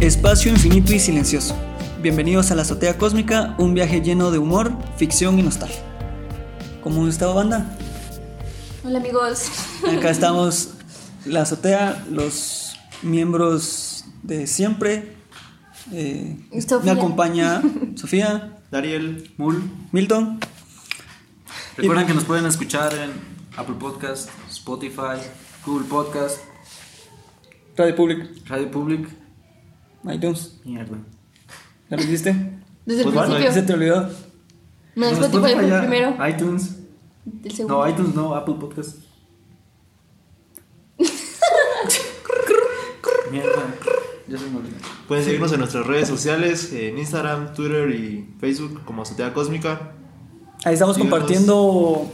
espacio infinito y silencioso. Bienvenidos a la Azotea Cósmica, un viaje lleno de humor, ficción y nostalgia. ¿Cómo han estado, banda? Hola amigos. Acá estamos, la Azotea, los miembros de siempre. Eh, me Sofía. acompaña Sofía, Dariel, Mul. Milton. Recuerden que nos pueden escuchar en Apple Podcast, Spotify, Google Podcast, Radio Público. Radio Public. iTunes. Mierda. ¿La viste? Desde el Pues bueno, principio. ¿Se te olvidó? No, Spotify fue el ya, primero. iTunes. El segundo. No, iTunes no, Apple Podcast. Mierda. Ya se me olvidó. Pueden seguirnos en nuestras redes sociales, en Instagram, Twitter y Facebook como Azotea Cósmica. Ahí estamos Digamos- compartiendo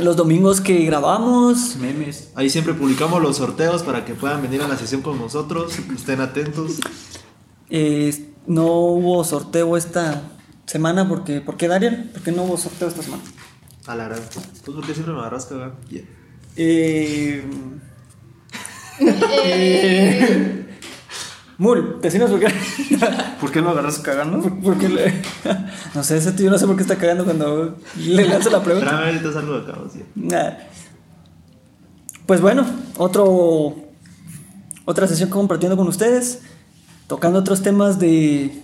los domingos que grabamos. Memes. Ahí siempre publicamos los sorteos para que puedan venir a la sesión con nosotros. Estén atentos. Eh, no hubo sorteo esta semana porque ¿por qué Dariel? ¿Por qué no hubo sorteo esta semana? A la gran. Pues porque siempre me agarras cagada. Eh, Eh, Mul, decinos por qué. ¿Por qué no agarras cagando? por qué le- no sé, ese tío no sé por qué está cagando cuando le lanzo la pregunta. Espérame, ahorita salgo de acá. o sea. Nah. Pues bueno, otro otra sesión compartiendo con ustedes, tocando otros temas de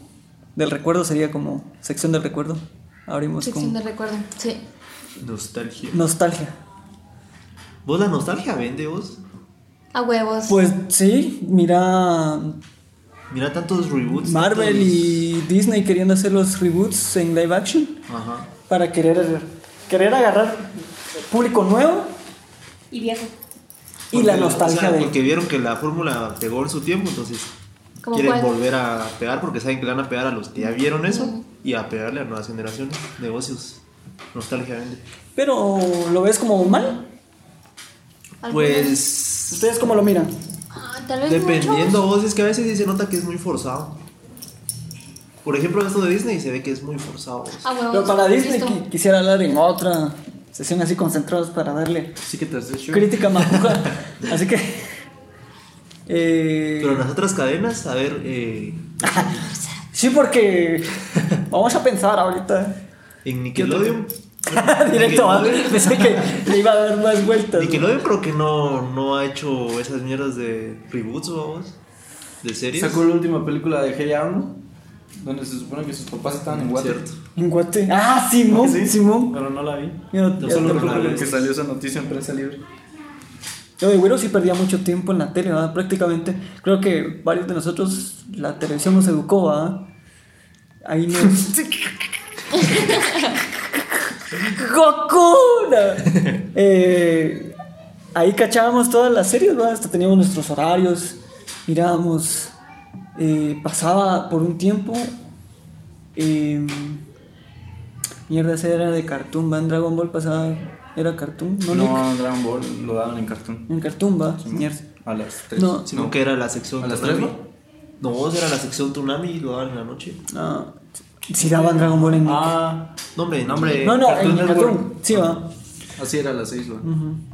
del recuerdo sería como sección del recuerdo. Abrimos Sección con de recuerdo. Sí. Nostalgia. nostalgia. ¿Vos la nostalgia vende vos? A huevos. Pues sí, mira Mira tantos reboots. Marvel tantos- y Disney queriendo hacer los reboots en live action Ajá. para querer querer agarrar público nuevo Y viejo. y la Porque- nostalgia o sea, de Porque vieron que la fórmula pegó en su tiempo, entonces ¿Cómo quieren cuál? volver a pegar porque saben que le van a pegar a los que ya vieron eso y a pegarle a nuevas generaciones, negocios, nostalgia vende. Pero lo ves como mal? Pues ¿Ustedes cómo lo miran? Ah, tal vez dependiendo vos, es que a veces sí se nota que es muy forzado. Por ejemplo, esto de Disney se ve que es muy forzado. vos. mucho. A huevos. Pero para Disney Listo. qui- quisiera hablar en otra sesión así concentrados para darle Sí que te has hecho. crítica majuca. así que. eh, Pero en las otras cadenas, a ver, eh, sí, porque vamos a pensar ahorita. en Nickelodeon. Directo, ah, Nickelodeon- pensé que le iba a dar más vueltas. Nickelodeon creo que no, no ha hecho esas mierdas de reboots, vamos. De series. Sacó la última película de Hey Arnold, donde se supone que sus papás estaban en Water. Cierto. En Guate. Ah, Simón, ¿Sí? Simón. Pero no la vi. Yo, Yo yo solo tampoco recuerdo lo que vi. salió esa noticia en prensa libre. Yo de güero sí perdía mucho tiempo en la tele, ¿verdad? prácticamente. Creo que varios de nosotros la televisión nos educó, ¿verdad? Ahí nos. ¡Goku! No. Eh, ahí cachábamos todas las series, ¿verdad? Hasta teníamos nuestros horarios, mirábamos. eh, pasaba por un tiempo. eh, mierda, esa era de Cartoon, ¿verdad? En Dragon Ball pasaba. ¿Era Cartoon? No, No, no. Dragon Ball lo daban en cartoon. En Cartoon, va, mierda. A las 3. No. Sino que era la sección ¿A las Toonami. tres, No, vos era la sección Tunami y lo daban en la noche. No, Ah, si daban Dragon Ball en Nick. Ah, No, hombre, no, hombre. no, no, Cartoon en Network. Cartoon. Sí, va. así era a las 6, Ujú.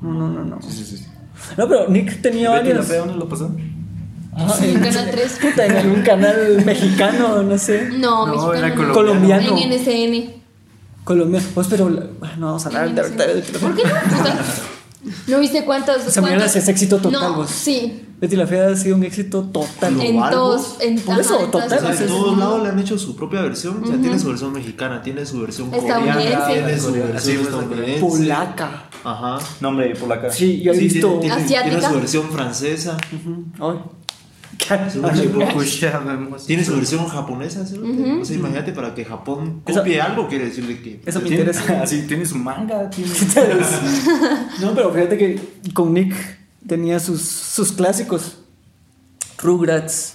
No, no, no, no. Sí, sí, sí. No, pero Nick tenía Betty la varios. fea dónde lo pasó? Ajá, En Canal 3. Puta, en algún canal mexicano, no sé. No, No, mexicano era no. colombiano. En NSN. Colombiano. Pues, pero. la- Bueno, vamos a hablar de ahorita. de- ¿Por qué no? puta? ¿No viste cuántos? Esa mierda cuántos- sí es éxito total, No, vos. sí. Betty la Fea ha sido un éxito total. Global, En vos. todos. En Por eso, ajá, en total, todas O sea, partes en del todos mundo. lados le han hecho su propia versión. O sea, tiene su versión mexicana, tiene su versión coreana, Estadounidense. tiene su Coreana, sí, versión pues, estadounidense. Polaca. Ajá. No, hombre, por la cara. Sí, yo he Sí, visto. Tiene, tiene- tiene Asiática. su versión francesa, Ujú. Ay. Sí, un chico. Tiene tiene su versión japonesa. ¿sí? O sea, imagínate para que Japón Esa- copie algo, quiere decirle que. Eso me tiene- interesa. Así, tiene su manga, tiene. no, pero fíjate que con Nick tenía sus, sus clásicos. Rugrats.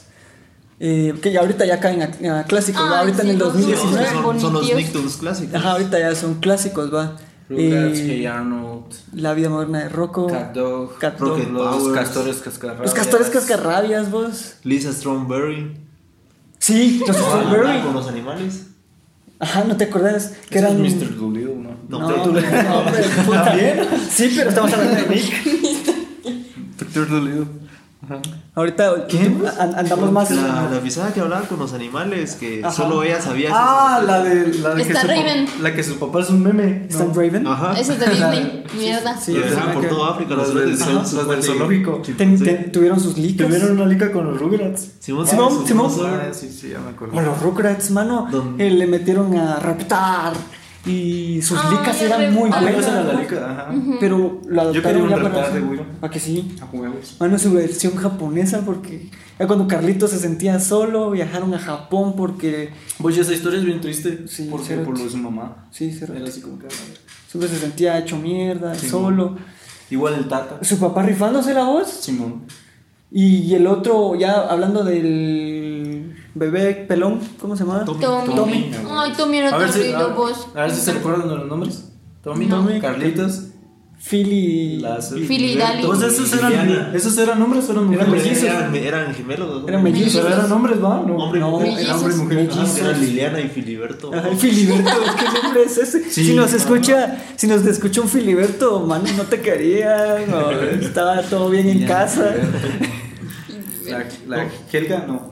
eh, que ya ahorita ya caen a, a clásicos, ¿va? Ah, ahorita en sí, el no, sí, Sí, o sea, 2019. son, son los Bonitillos. Nicktoons clásicos. Ajá, ahorita ya son clásicos, va. Rugrats, Eh, Hey Arnold, la vida moderna de Rocco. Cat Dog, Cat Dog. Rocket los Powers. castores cascarrabias. Los castores cascarrabias, vos. Lisa Stromberry. Sí, los Ah, Strawberry. Con los animales. Ajá, ¿no te acuerdas? Que Ese es eran... Mr. Doolittle, ¿no? No, No, no, tú le- hombre, puta. Sí, pero estamos hablando de Nick. Doctor Dolittle. Ahorita an- andamos más. La, la pisada que hablaba con los animales, que Ajá. solo ella sabía. eso. Ah, la de, la de que Está su Raven. pa- la que su papá es un meme. ¿Stan ¿no? Raven? Ajá. Ese es de Disney. Mierda. Sí, Lo es dejaban verdad por que- toda África, los Los del, hombres zoo- son los súper- del zoológico. Ten- ten- tuvieron sus licas. Tuvieron una lica con los Rugrats. Simón, Simón, Simón, Simón. Simón. Ah, sí, sí, ya me acuerdo. Bueno, los Rugrats, mano, ¿Dónde? eh, le metieron a raptar y sus Ay, licas eran re- muy Ah, Ah, buenas. esa era la lica, ajá. Pero lo Yo quería adoptaron un ya raptar para. de Willow. ¿A que sí? A huevos. Bueno, su versión japonesa, porque ya cuando Carlito se sentía solo, viajaron a Japón porque. Pues esa historia es bien triste. Sí, porque cierto. por lo de su mamá. Sí, se- Era así como que. "Ah, a la verga. siempre se sentía hecho mierda, Sí. solo. Igual el Tata. Su papá rifándose la voz. Simón. Y el otro, ya hablando del bebé pelón, ¿cómo se llama? Tommy. Tommy. Ay, Tommy era a tan ver si, horrible, a, vos. a ver si se recuerdan de los nombres. Tommy, No. Carlitos, Philly. Lazo. Philly y Dali. Todos esos eran, Liliana. esos eran hombres, o eran Eran mujeres. mellizos. Eran, eran gemelos los dos. Eran mellizos. Pero eran hombres, ¿va? No. Hombre y No, mujer. era hombre y mujer. Ajá, que eran Liliana y Filiberto. Ajá, el Filiberto, ¿qué nombre es ese? Sí, si nos no. escucha, si nos escucha un Filiberto, mano, no te querían, o estaba todo bien en casa. La, la Helga, no.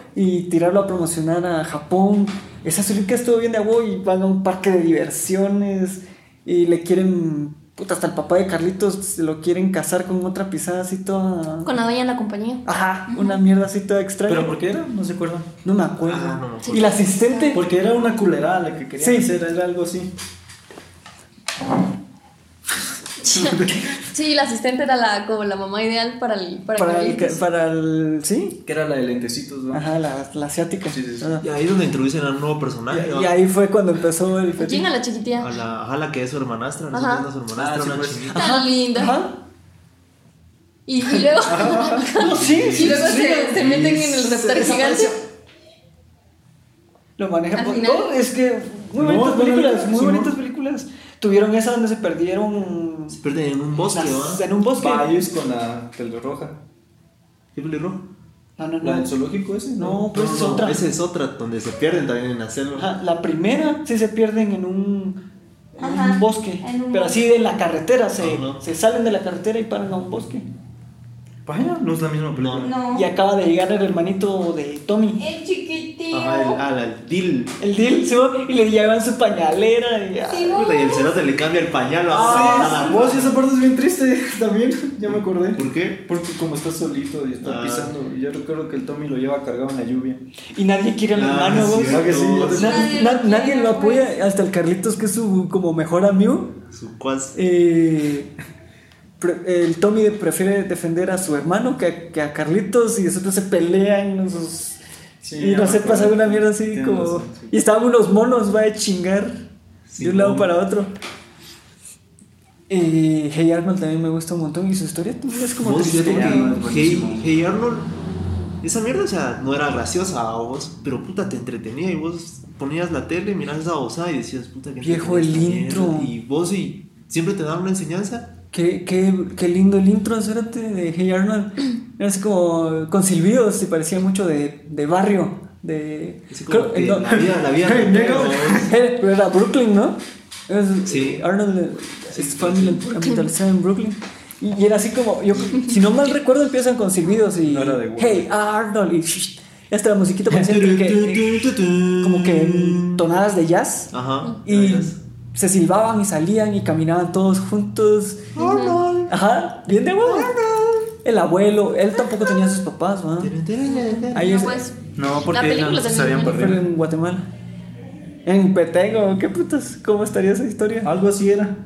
Y tirarlo a promocionar a Japón. Esa que estuvo bien de agua y van a un parque de diversiones. Y le quieren. Puta, hasta el papá de Carlitos se lo quieren casar con otra pisada así toda. Con la dueña de la compañía. Ajá, una mierda así toda extraña. ¿Pero por qué era? No se acuerdan. No me acuerdo. Ah, no me acuerdo. Y la asistente. Porque era una culerada la que quería Sí. hacer, era algo así. Sí, la asistente era la, como la mamá ideal para el. Para, Para el, Carlitos. para el- Sí. Que era la de lentecitos, ¿no? Ajá, la, la asiática. Sí, sí, sí. Ah. Y ahí es donde introducen a un nuevo personaje. Y, ¿no? y ahí fue cuando empezó el fetiche. ¿Quién a la A chiquitía? la, a la que es su hermanastra, no Ajá. sé qué es su Ah, hermanastra, sí, una pues. chinita. Tan linda. Ajá. Y, y luego. No, sí, y sí, luego sí. se, se meten en el reptar gigante. Lo maneja Al por final- todo. Es que muy No, bonitas buena películas, idea, muy sí, bonitas películas. Tuvieron esa donde se perdieron Se pierden en un bosque, las- ¿va? en un bosque. Valles con la pelirroja. ¿Qué pelirro? No, no, La no. del zoológico ese, ¿no? No, pues es otra. Ah, Esa es otra, donde se pierden también en la selva. Ajá, la primera sí se pierden en un, en un Ajá, bosque, en un pero así de la carretera, se, Ajá. se salen de la carretera y paran a un bosque. Vaya, no es la misma película. No. Y acaba de llegar el hermanito de Tommy. El chiquitío. Ajá, el, ah, la- el Dil. El Dil, ¿sí? y le llevan su pañalera. Y, Sí, ah, no. Puta, Y el cerote le cambia el pañal a, Ah, a la vos, y esa parte es bien triste también, ya me acordé. ¿Por qué? Porque como está solito y está Ah. pisando, y yo recuerdo que el Tommy lo lleva cargado en la lluvia. y nadie quiere al Ah, hermano, sí, vos. ¿verdad que sí? Na- Nadie na- lo nadie quiere, lo pues. apoya, hasta el Carlitos, que es su como mejor amigo. Su cuas. Eh, pre- el Tommy prefiere defender a su hermano que a, que a Carlitos y nosotros se pelean en sus- Sí, y ya no me sé, acuerdo. pasa una mierda así Tienes como... razón, sí. Y estaban unos monos, va a chingar Sí, de un lado mono. para otro. Eh, hey Arnold también me gusta un montón y su historia también es como... Vos, triste. fíjate que Arnold es buenísimo. hey, Hey Arnold. Esa mierda, o sea, no era graciosa a vos, pero puta, te entretenía y vos ponías la tele, mirás esa bozada y decías, puta, que Viejo, el intro. Y vos, y siempre te daban una enseñanza. Qué, qué- qué lindo el intro, espérate, de Hey Arnold. Era así como con silbidos, se parecía mucho de, de barrio. De, Así como creo- que no. la vida, la vida. Hey, negro. Eh, Pero era Brooklyn, ¿no? Es- Sí. Arnold Sí, es sí, familia capitalizada en Brooklyn. Y, y era así como, yo, si no mal recuerdo, empiezan con silbidos y. No era de Warner. hey Arnold, y shh, y hasta la musiquita parecía que, que- como que tonadas de jazz. Ajá. Y se silbaban y salían y caminaban todos juntos. Oh, Ajá, bien de huevo. El abuelo, él tampoco tenía sus papás, ¿no? Ahí es, No, pues, No, La porque película no, también se habían es muy pero perdido. en Guatemala. En Petengo, ¿qué putas? ¿Cómo estaría esa historia? Algo así era.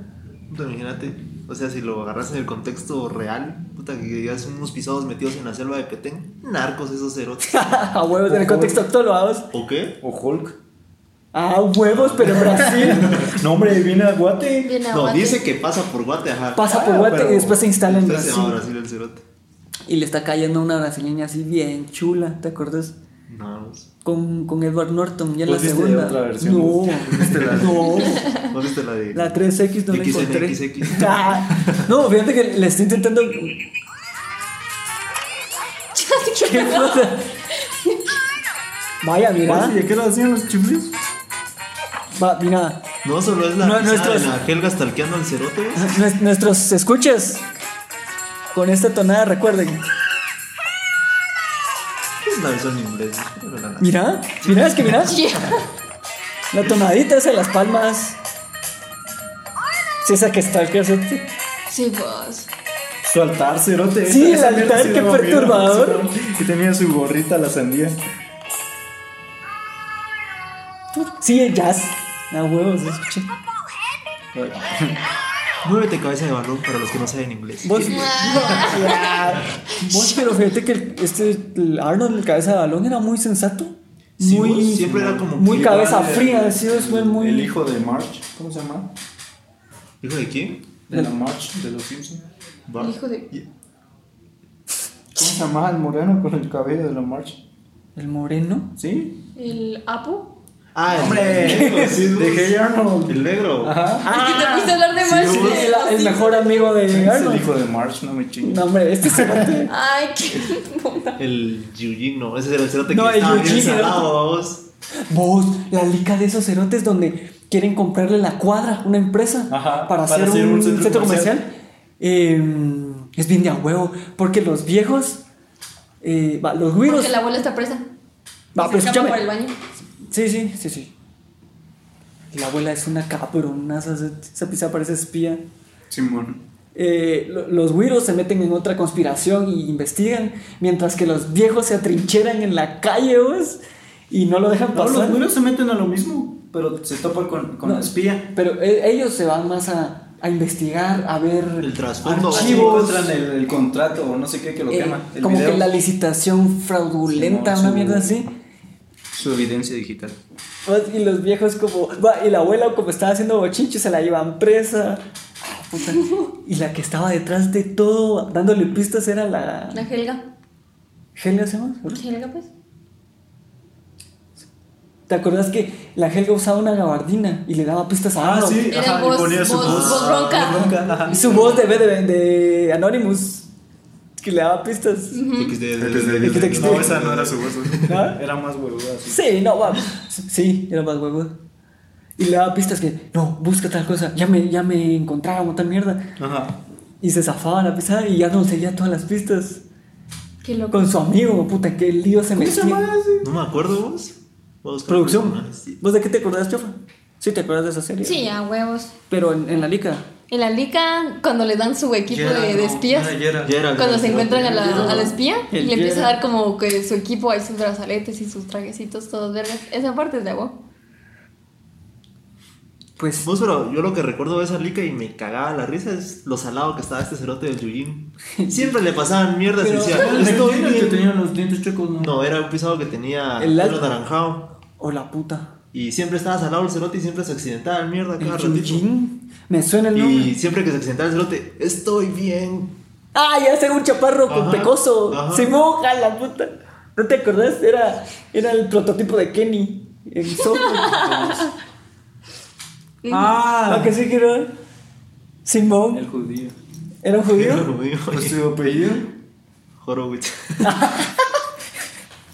Puta, Imagínate, o sea, si lo agarras en el contexto real, puta, que digas unos pisados metidos en la selva de Petén, narcos esos cerotes. A huevos, en el contexto actual, vamos. ¿O qué? O Hulk. A huevos, pero en Brasil. No, hombre, viene a Guate. bien No, aguante. dice que pasa por Guate, ajá. Pasa por Ah, Guate pero- y después se instala en Entonces se Brasil. llama Brasil el cerote. Y le está cayendo una brasileña así bien chula, ¿te acuerdas? No, vos- Con, con Edward Norton, ya en la ¿Vos viste segunda. otra versión? No, ¿Viste la- no. ¿vos viste la de...? La 3X no la XN, encontré. XX. Ah, no, fíjate que le estoy intentando. ¿Qué cosa? Vaya, mira. ¿Y a qué lo hacían los chiflis? Va, mira. No, solo es la No, pisada nuestros- de la Helga stalkeando al cerote, vos. Nues- Nuestros escuches. Con esta tonada, recuerden. Es la versión en inglés. pero la- Mira, mira, es que mira. Yeah. La tonadita esa de las palmas. Sí, esa que está el que hace- Sí, pues. Su altar, cerote. Sí, Esa el mierda altar, sí qué daba miedo. perturbador. Y tenía su gorrita, la sandía. Sí, Ah, jazz. A huevos, escuché. Muévete cabeza de balón para los que no saben inglés. Vos, vos, pero fíjate que el- este el Arnold, el cabeza de balón, era muy sensato. Sí, muy, vos, siempre era como muy que cabeza igual, fría, sí, vos, fue muy. El hijo de March. ¿Cómo se llama? ¿Hijo de quién? De la March, de los Simpsons. Bar- Hijo de. ¿Cómo se llama el moreno con el cabello de la March? El moreno. ¿Sí? El Apu. Ah, el- el negro, sí, vos. De Hey Arnold. El negro. Ajá. Es que te fuiste a hablar de Ah. Sí, Marshall. el, el mejor amigo de Es el hijo Arnold. de March, no me chingues. No, hombre, este se mate. Ay, qué. El Yujin, no, ese era el cerote No, que el estaba bien Eugene, ¿no? salado, vos. Vos, la lica de esos cerotes donde quieren comprarle la cuadra, una empresa, Ajá, para, hacer, un, centro, comercial. Eh, es bien de a huevo, porque los viejos, eh, va, los güiros. Porque la abuela está presa. Va, pero Se Ah, escapa pues escúchame. por el baño. Sí, sí, sí, sí. La abuela es una cabronaza, esa, esa pizza parece espía. Simón. Eh, lo- los güiros se meten en otra conspiración y investigan, mientras que los viejos se atrincheran en la calle, vos, y no lo dejan No, pasar. los güeros se meten a lo mismo, pero se topan con, con No. la espía. Pero e- ellos se van más a, a investigar, a ver El trasfondo. Así archivos, encuentran el, el contrato o no sé qué que lo eh, quema. el como video. que la licitación fraudulenta, Sí, no, una sí. mierda así. Su evidencia digital. Pues, Y los viejos como... va, Y la abuela como estaba haciendo bochinche se la llevan presa. Ah, puta. Y la que estaba detrás de todo, dándole pistas, era la... La Helga. ¿Helga se llama? Helga, pues. ¿Te acuerdas que la Helga usaba una gabardina y le daba pistas Ah, a Arnold? Era voz- voz- voz ronca. voz ronca, Y su voz de, de, de Anonymous, que le daba pistas. XD. No, esa no era su voz. güey. ¿No? Era más huevuda. así. Sí, no, vamos. Sí, era más huevo. Y le daba pistas que, no, busca tal cosa, ya me, ya me encontraron, tal mierda. Ajá. Y se zafaba la pisada y ya no seguía todas las pistas. Qué loco. Con su amigo, puta, qué lío se metió. No me acuerdo vos. Voy a buscar Producción. personas. ¿Vos de qué te acordás, Chofa? Sí, te acuerdas de esa serie. Sí, a huevos. Pero en, en la lica. En la Lica, cuando le dan su equipo Gerald, de, de no, espías. era Gerald. Gerald, Cuando el se encuentran a cerote. la, a la espía y El le empieza a Gerald. dar como que su equipo, hay sus brazaletes y sus trajecitos, todos verdes. Esa parte es de agua. Pues, Vos, pero yo lo que recuerdo de esa lica y me cagaba la risa es lo salado que estaba este cerote del Yujin. Siempre le pasaban mierdas y Pero- decía, El estoy que bien". tenían los dientes chicos, ¿no? No, era un pisado que tenía El el alto. pelo naranjado. o la puta. Y siempre estaba salado el cerote y siempre se accidentaba el mierda El cada ratito. Yujin. Me suena el nombre. Y siempre que se accidentaba el cerote, estoy bien. Ah, ya sé, un chaparro con Ajá, pecoso. ajá. Se moja la puta. ¿No te acordás? Era, era el prototipo de Kenny. En Soul. ah, que sí que era. El Simón. judío. ¿Era un judío? Pero, digo, Pues su apellido. Horowitz.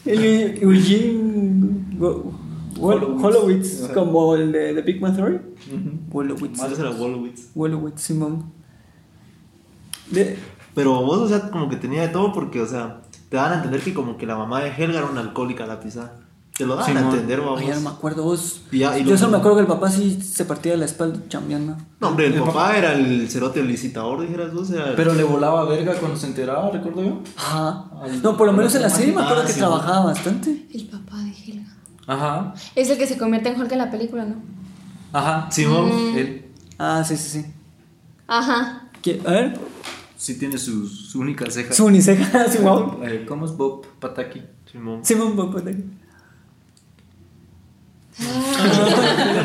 El Eu- Eugene Wo- Wo- Hollowitz. Hollowitz, Ajá. como el de The Big Man Theory. Hollowitz. Antes era Wolowitz. Hollowitz, Simón. De- Pero vos, o sea, como que tenía de todo porque, o sea, te dan a entender que como que la mamá de Helga era una alcohólica la pizza. Te lo dan a Simón. entender, vamos. Ay, ya no me acuerdo vos. Y ya, y Yo lo- solo me acuerdo que el papá sí se partía la espalda chambeando. No, hombre, el, El papá, era el cerote licitador, dijeras vos. Era el- Pero le volaba verga cuando se enteraba, recuerdo yo. Ajá. Al- No, por lo menos en la Ah, serie me acuerdo que sí. trabajaba bastante. El papá de Helga. Ajá. Es el que se convierte en Hulk en la película, ¿no? Ajá. Simón. Él Ah, sí, sí, sí. Ajá. ¿Qué? A ver. sí tiene sus únicas cejas. Su uniceja, sí, wow. Eh, ¿Cómo es Bob Pataki? Simón. Simón Bobataki.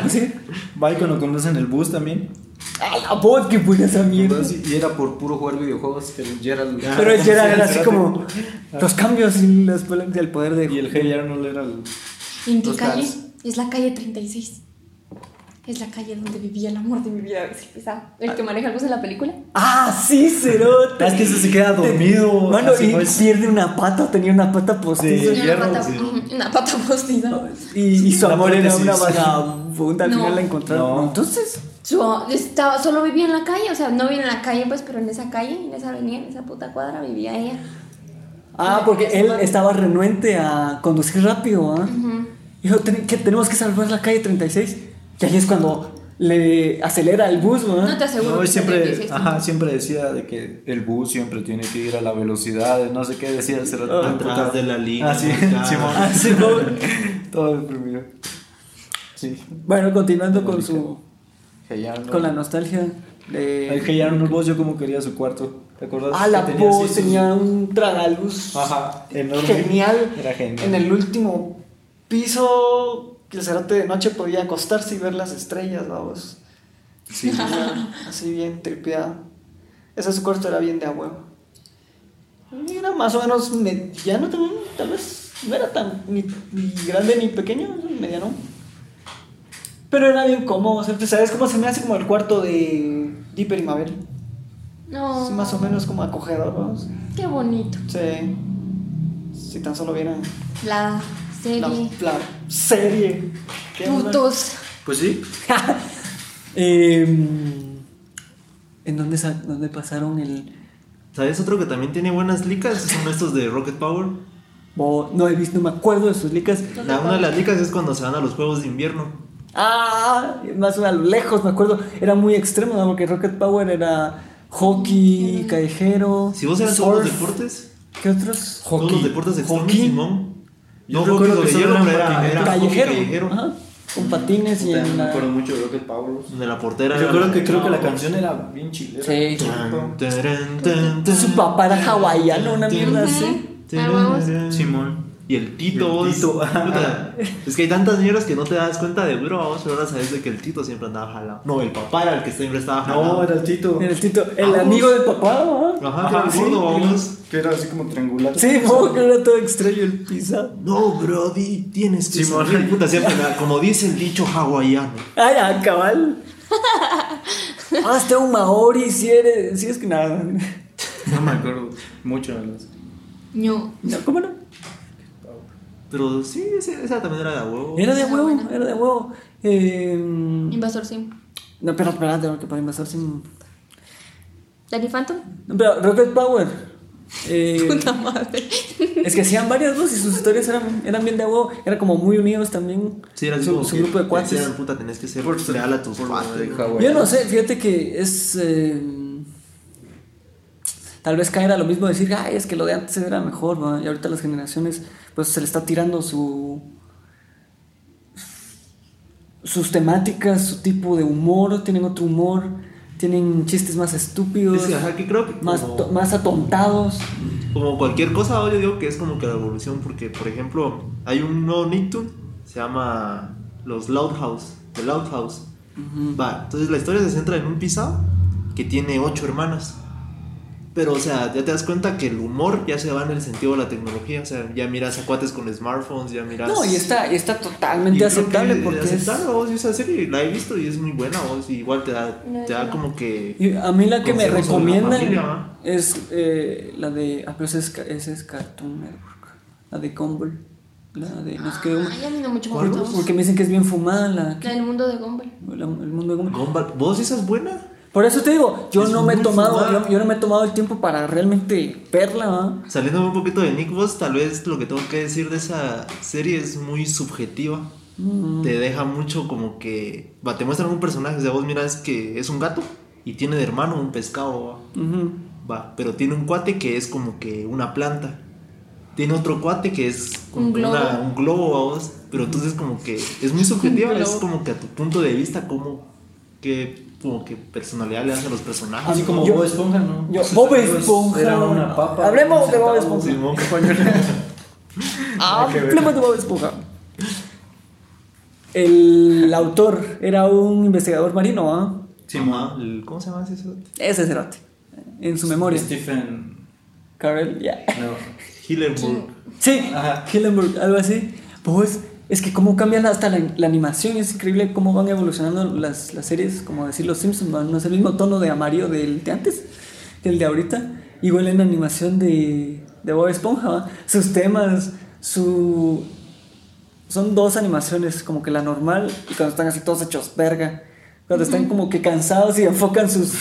Sí. Ah. Va y cuando conducen el bus también. A la bot que pone esa mierda. Y era por puro jugar videojuegos, pero Gerald. Pero el Gerard era así como los cambios y las pol- del poder de. Y el Hey Arnold era el. ¿En qué Los calle? Cars. Es la calle 36. Es la calle donde vivía el amor de mi vida. es el pisado. El que maneja el bus en la película. Ah, sí, cerote. Ah, Es que ese se queda dormido, Mano, así y pues. pierde una pata, tenía una pata postiza. Sí. Tenía hierro, una pata, sí. ujú, una pata postiza. Y, y su La amor era prótesis. una vagabunda. Al No. final la encontraron. No. Entonces, Yo estaba, solo vivía en la calle, o sea, no vivía en la calle, pues, pero en esa calle, en esa avenida, en esa puta cuadra vivía ella. Ah, porque él estaba renuente a conducir rápido, ¿ah? Dijo, "Ten- que tenemos que salvar la calle 36. Y ahí es cuando le acelera el bus, ¿ah? No te aseguro. No, que y sea siempre, 36, ajá, ¿no? siempre decía de que el bus siempre tiene que ir a la velocidad, no sé qué decía el cerote. Ah, atrás de la línea, Ah, sí, marcada. Simón. Ah, sí, no. Todo deprimido. Sí. Bueno, continuando con su Hey Arnold. con la nostalgia El de Hey Arnold vos yo como quería su cuarto. ¿Te acuerdas? Ah, la Que voz así sus- tenía un tragaluz Ajá, enorme. genial. Era genial. En el último piso que el cerate de noche podía acostarse y ver las estrellas, vamos. Sí. Ajá, así bien tripeado. Ese su cuarto era bien de a huevo. Y Era más o menos mediano también, tal vez. No era tan ni, ni grande ni pequeño, mediano. Pero era bien cómodo, o sea, ¿sabes cómo se me hace como el cuarto de Dipper y Mabel? No. Sí, más o menos como acogedor, ¿no? Qué bonito. Sí. Si tan solo vieran La la, serie. la serie. Qué Putos. Pues sí. Em, ¿En dónde, sa- dónde pasaron el.? ¿Sabes otro que también tiene buenas licas? Son estos de Rocket Power. bo- no he visto, no me acuerdo de sus licas. La, una de las licas es cuando se van a los juegos de invierno. Ah, más a lo lejos, me acuerdo. Era muy extremo, ¿no? porque Rocket Power era hockey, callejero. Si vos eran todos surf. los deportes, ¿Qué otros? todos los deportes extremos, Hockey. Simón. No, Yo hockey recuerdo que sobre solo hielo, eran pero era, patines. era hockey callejero. callejero. Ajá, con patines y en la- mucho de Rocket Power. De la portera. Yo era creo la- que creo que la canción era bien chilena. Sí. Tan, tarán, tan, tan, Su papá era hawaiano, una mierda Ujú. así. Ah, vamos. tarán. Simón. Y el Tito, Y el vos. Tito, ajá. Puta, Es que hay tantas mierdas que no te das cuenta de duro, vos, pero ahora sabes de que el Tito siempre andaba jalado. No, el papá era el que siempre estaba jalado. No, era el Tito. El Tito, el amigo del papá, ¿no? Ajá, que era el gordo, vamos. Que era así como triangular. Sí, no, que era todo extraño el pizza. No, Brody, tienes que Simón. salir. Puta, siempre, me- como dice el dicho hawaiano. Ay, a cabal. Hazte un maori si eres. Si es que nada. No me acuerdo mucho de las. No. No, ¿cómo no? Pero sí, ese- esa también era de a huevo. Era de Esa huevo, buena. era de huevo. Eh, Invasor Sim. No, espera, espera, tengo que poner invasor sin. Danny Phantom. No, pero Rocket Power. eh, Puta madre. es que hacían varias voces y sus historias eran, eran bien de huevo. Eran como muy unidos también. Sí, era así su, como su que grupo de te cuates. decían, puta, tenés que ser Por- leal a tus por- cuates. de Hawái. Yo no sé, fíjate que es. eh, tal vez caer a lo mismo decir, ay, es que lo de antes era mejor, ¿va?", y ahorita las generaciones, pues se le está tirando su. sus temáticas, su tipo de humor, tienen otro humor, tienen chistes más estúpidos, Es que, ajá, que creo que más, como- to- más atontados. como cualquier cosa, ahora yo digo que es como que la evolución, porque, por ejemplo, hay un nuevo Nicktoon, se llama Los Loud House, The Loud House. Va, entonces la historia se centra en un pisado que tiene ocho hermanas. Pero, o sea, ya te das cuenta que el humor ya se va en el sentido de la tecnología. O sea, ya miras a cuates con smartphones, ya miras. No, y está, y está totalmente creo que aceptable porque es- aceptable, vos, y esa serie la he visto y es muy buena, vos, y igual te da, No, te da no. como que. Y a mí la que me Consejos sobre la familia, recomiendan ¿va? es eh, la de. Ah, pero esa es, ca- esa es Cartoon Network. La de Gumball. La de. Nos quedó Ay, a mí no mucho me porque, gustaba. porque me dicen que es bien fumada la, La del mundo de Gumball. la- el mundo de Gumball. Gumball, ¿Vos esa es buena? Por eso te digo, yo Es no me he muy tomado, fumada. yo, yo no me he tomado el tiempo para realmente verla. ¿va? Saliendo un poquito de Nick Boss, tal vez lo que tengo que decir de esa serie es muy subjetiva. Mm. Te deja mucho como que. Va, te muestran un personaje, o sea, vos miras que es un gato y tiene de hermano un pescado, Ujú. va. va, pero tiene un cuate que es como que una planta. Tiene otro cuate que es como Un que una- globo. un globo, ¿va vos. Pero entonces, como que es muy subjetiva, es como que a tu punto de vista, como que, como que personalidad le das a los personajes. Así como Yo- Bob Esponja, ¿no? Pues yo- Bob Era Esponja. Era una papa. Hablemos un de Bob centavo, Esponja. Simón, compañero. Ah, que ver. Hablemos de Bob Esponja. El autor era un investigador marino, ¿ah? Sí, ma. El- ¿Cómo se llama ese cerote? Ese cerote. En su memoria. Este- Stephen. Carell, ya. No. Hillenburg. Sí, Ajá. Hillenburg, algo así. Pues es que cómo cambian hasta la, la animación, es increíble cómo van evolucionando las, las series, como decir los Simpsons, van, no es el mismo tono de amarillo del de antes, que el de ahorita. Igual en la animación de, de Bob Esponja, ¿va? sus temas, su... Son dos animaciones, como que la normal y cuando están así todos hechos verga. Cuando están como que cansados y enfocan sus,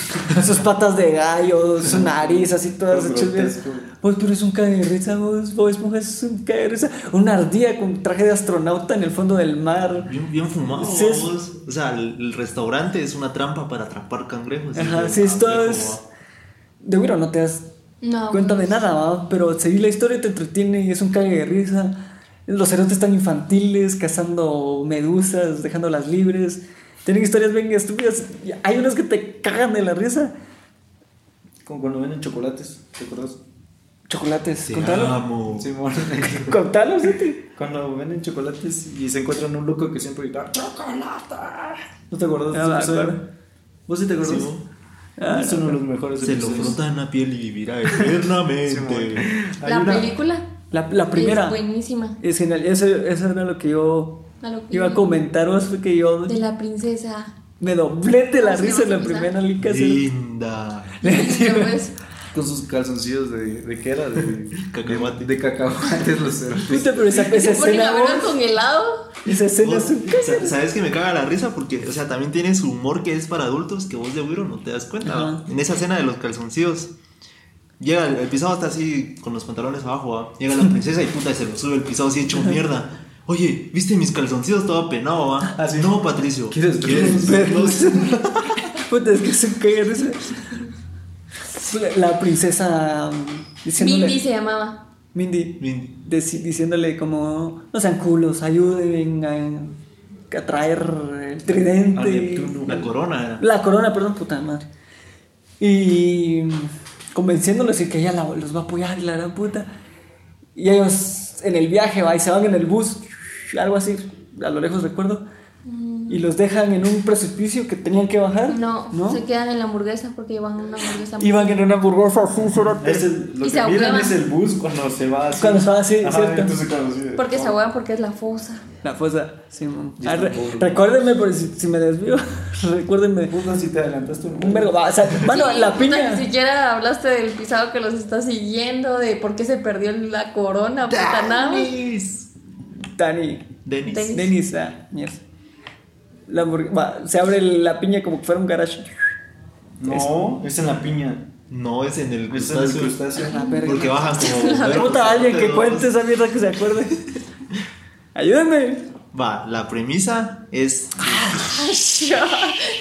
sus patas de gallo, su nariz, así todas Todo hechas verga. grotesco. Vos, pero es un cague de risa, vos, Bob Esponja es un cague de risa. Una ardilla con traje de astronauta en el fondo del mar. Bien, bien fumado, Sí, es- vos. O sea, el, el restaurante es una trampa para atrapar cangrejos. Ajá, un Pues sí, esto cangrejo, es. va. De Wiro no te das No. pues. cuenta de nada, ¿va? pero seguir la historia te entretiene y es un cague de risa. Los cerotes tan infantiles, cazando medusas, dejándolas libres. Tienen historias bien estúpidas. y Hay unas que te cagan de la risa. Como cuando venden chocolates, ¿te acuerdas? Chocolates, Te contalo. amo. Simón. pues. Contalo, ¿sí? cuando venden chocolates y se encuentran un loco que siempre grita ¡Chocolata! ¿No te acuerdas de Ah, ese me episodio? acuerdo. ¿Vos sí te acuerdas? Simón. Ah, es uno de los mejores Se lo episodios. frota en la piel y vivirá eternamente. Hay La una- película La, la primera. es buenísima. Es genial, eso, eso era lo que yo A lo que iba a comentaros, fue que yo De la princesa. me doblé de la ¿Cómo se risa en la llama esa primera lica. Linda. Pero pues, es- Con sus calzoncillos de. ¿De qué era? De Cacahuate. De, de cacahuates los pues, cerdos. Puta, pero esa, esa Se ponen escena, a verla vos, con helado. esa escena es un Vos, sa- ¿Sabes que me caga la risa? Porque, o sea, también tiene su humor que es para adultos que vos de güiro no te das cuenta. Ajá. ¿va? En esa escena de los calzoncillos, llega el, el pisado está así con los pantalones abajo, ¿va? llega la princesa y puta, se lo sube el pisado así hecho mierda. Oye, ¿viste mis calzoncillos? Todo penado, ¿va? Ah, sí. No, Patricio. ¿Quieres ¿Quieres verlos? Puta, es que es un cague de risa. La princesa mm, diciéndole. Mindy se llamaba. Mindy, Mindy. deci- diciéndole como, no sean culos, ayuden a, a traer el tridente. A Neptuno. La corona era. La corona, perdón, puta madre. Y convenciéndolos de que ella la- los va a apoyar y la gran puta. Y ellos en el viaje, va, y se van en el bus, algo así, a lo lejos recuerdo. Y los dejan en un precipicio que tenían que bajar. Mm. No, se quedan en la hamburguesa porque llevan una hamburguesa. Iban en una hamburguesa así, cerote. Es el- lo que Y se miran ahogaban. es el bus cuando se va así. Cuando se va así, Ajá, ¿cierto? entonces cuando sí, Porque se no. ahogan porque es la fosa. La fosa, Simón. Ya Ah, está re- pobre. recuérdenme, por si, si me desvío, recuérdenme. Puta, pues, si te adelantaste Un vergo, va, o sea, bueno, Sí, la puta, piña. Ni siquiera hablaste del pisado que los está siguiendo, de por qué se perdió la corona, puta nada. más. Dani, Denis. Denis. Denis, ah, mierda. La hamburg- va, se abre la piña como que fuera un garage. No, es en la piña. No, es en el Es en el crustáceo. crustáceo. La verga. Porque bajan La como. puta, alguien que Pero- cuente esa mierda que se acuerde. Ayúdenme. Va, la premisa es.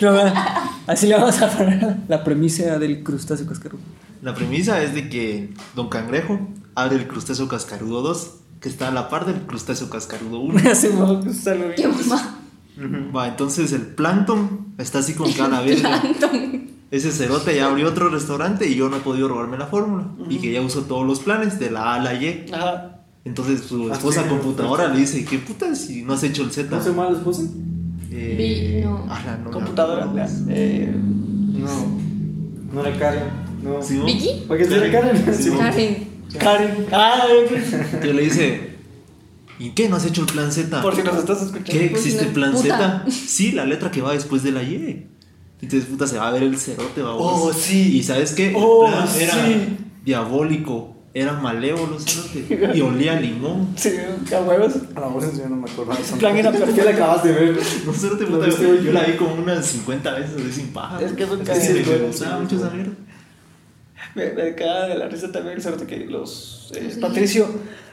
No, va, así le vamos a poner la premisa del crustáceo cascarudo. La premisa es de que Don Cangrejo abre el crustáceo cascarudo 2, que está a la par del crustáceo cascarudo 1. Así me va a gustar lo Qué bien. mamá. Va, entonces el plancton está así con cada verga. Ese cerote ya abrió otro restaurante y yo no he podido robarme la fórmula. Y que ya usó todos los planes de la A a la Y. Ajá. Entonces su Ah, esposa sí, computadora sí. le dice, ¿qué puta si no has hecho el Z? ¿No se llama la esposa? Eh, Vi- no. ala, no me Computadora. acuerdo. ya, eh, No. No era Karen. No. Sí, ¿no? ¿Vicky? ¿Por qué se era Karen? Sí, Sí, ¿no? Karen. Karen. Ah, ok. Entonces le dice, ¿y qué? ¿No has hecho el plan Z? Por si nos estás escuchando. ¿Qué existe Pues, plan puta. Z? Sí, la letra que va después de la Y. Entonces, puta, se va a ver el cerote, va Oh, sí. ¿Y sabes qué? El Oh, plan era sí. diabólico, era malévolo, cerote. Y olía a limón. Sí, a huevos. A la voz yo no me acuerdo. plan era perfecto. ¿Qué la acabas de ver? No, cerote, Lo puta, viste yo, hoy. la vi como unas 50 veces, así sin paja. Es que es un sí, cagado. me gustaba mucho esa mierda. Me, me caga de la risa también el cerote que los. eh, Patricio.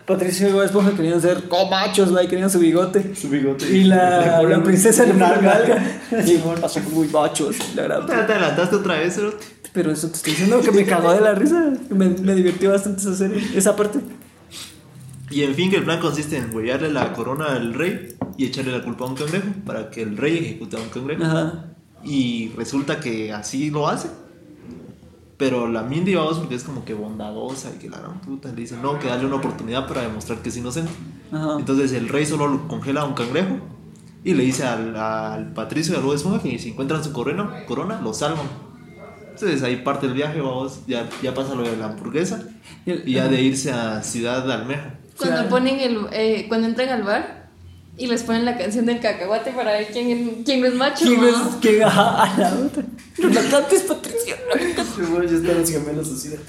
Patricio y Bob Esponja querían ser comachos, güey, querían su bigote. Su bigote. Y la, Le la ponen princesa le un pone alga. nalga. Y bueno, pasó con muy bachos, la gran Puta, te adelantaste otra vez, cerote. Pero eso te estoy diciendo que me cagó de la risa. que Me, me divirtió bastante esa serie, esa parte. Y en fin, que el plan consiste en huellarle la corona al rey y echarle la culpa a un cangrejo para que el rey ejecute a un cangrejo. Ajá. Y resulta que así lo hace. Pero la Mindy, vamos, porque es como que bondadosa y que la gran puta le dice, no, que dale una oportunidad para demostrar que es inocente. Ajá. Entonces el rey solo lo congela a un cangrejo Y le dice al, al Patricio de Bob Esponja que si encuentran su corona, corona lo salvan. Entonces ahí parte el viaje, vamos, ya, ya pasa lo de la hamburguesa Y el- y ya de irse a Ciudad de Almeja. Cuando Claro. ponen el, eh, cuando entran al bar y les ponen la canción del cacahuate para ver quién, es- quién es macho. ¿Quién ¿no? es que a, a la otra? No la cantes, Patricia. no la cantes. Seguro ya están los gemelos así de.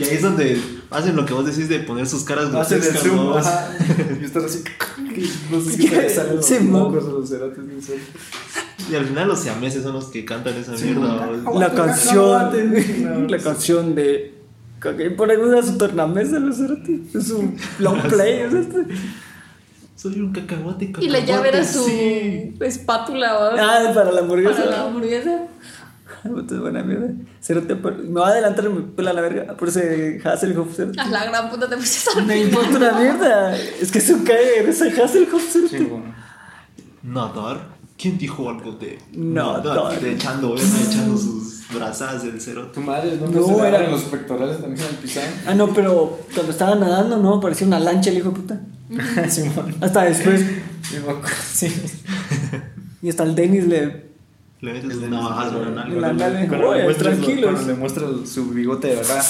Y ahí es donde hacen lo que vos decís de poner sus caras Hacen el grotescas, zoom, vamos. ajá. Y están así. No sé si te salen los Sí, mo- mocos o los cerates. no sé. Y al final los siameses son los que cantan esa mierda. vamos. La Aguante, canción. cacahuate. La canción de. Cagué por alguna su tornamesa, ¿no es cierto? Es un long Ah, play, este. ¿no es cierto? Soy un cacahuate, cacahuate. Y la llave era su sí. espátula ¿va? Ah, para la hamburguesa. para la hamburguesa. Puta, es buena mierda. Cerote, por- me va a adelantar, me pela la verga. Por ese Hasselhoff, cerote. A la gran puta te pusiste al Me final. importa una mierda. Es que es un caer, ese Hasselhoff, cerote. Nadar. ¿Quién dijo algo de Nadar? De echando, ¿verdad? echando sus brazadas del cerote. Tu madre, ¿no? No, No, era- eran los pectorales también al pisar. Ah, no, pero cuando estaba nadando, ¿no? Parecía una lancha el hijo de puta. Simón. Hasta después. Simón, sí. Y hasta el Dennis le. Le metes de navajas en La la nalga. nalga de Cuando le joya, muestras lo- tranquilos. Cuando le muestras su bigote de verdad.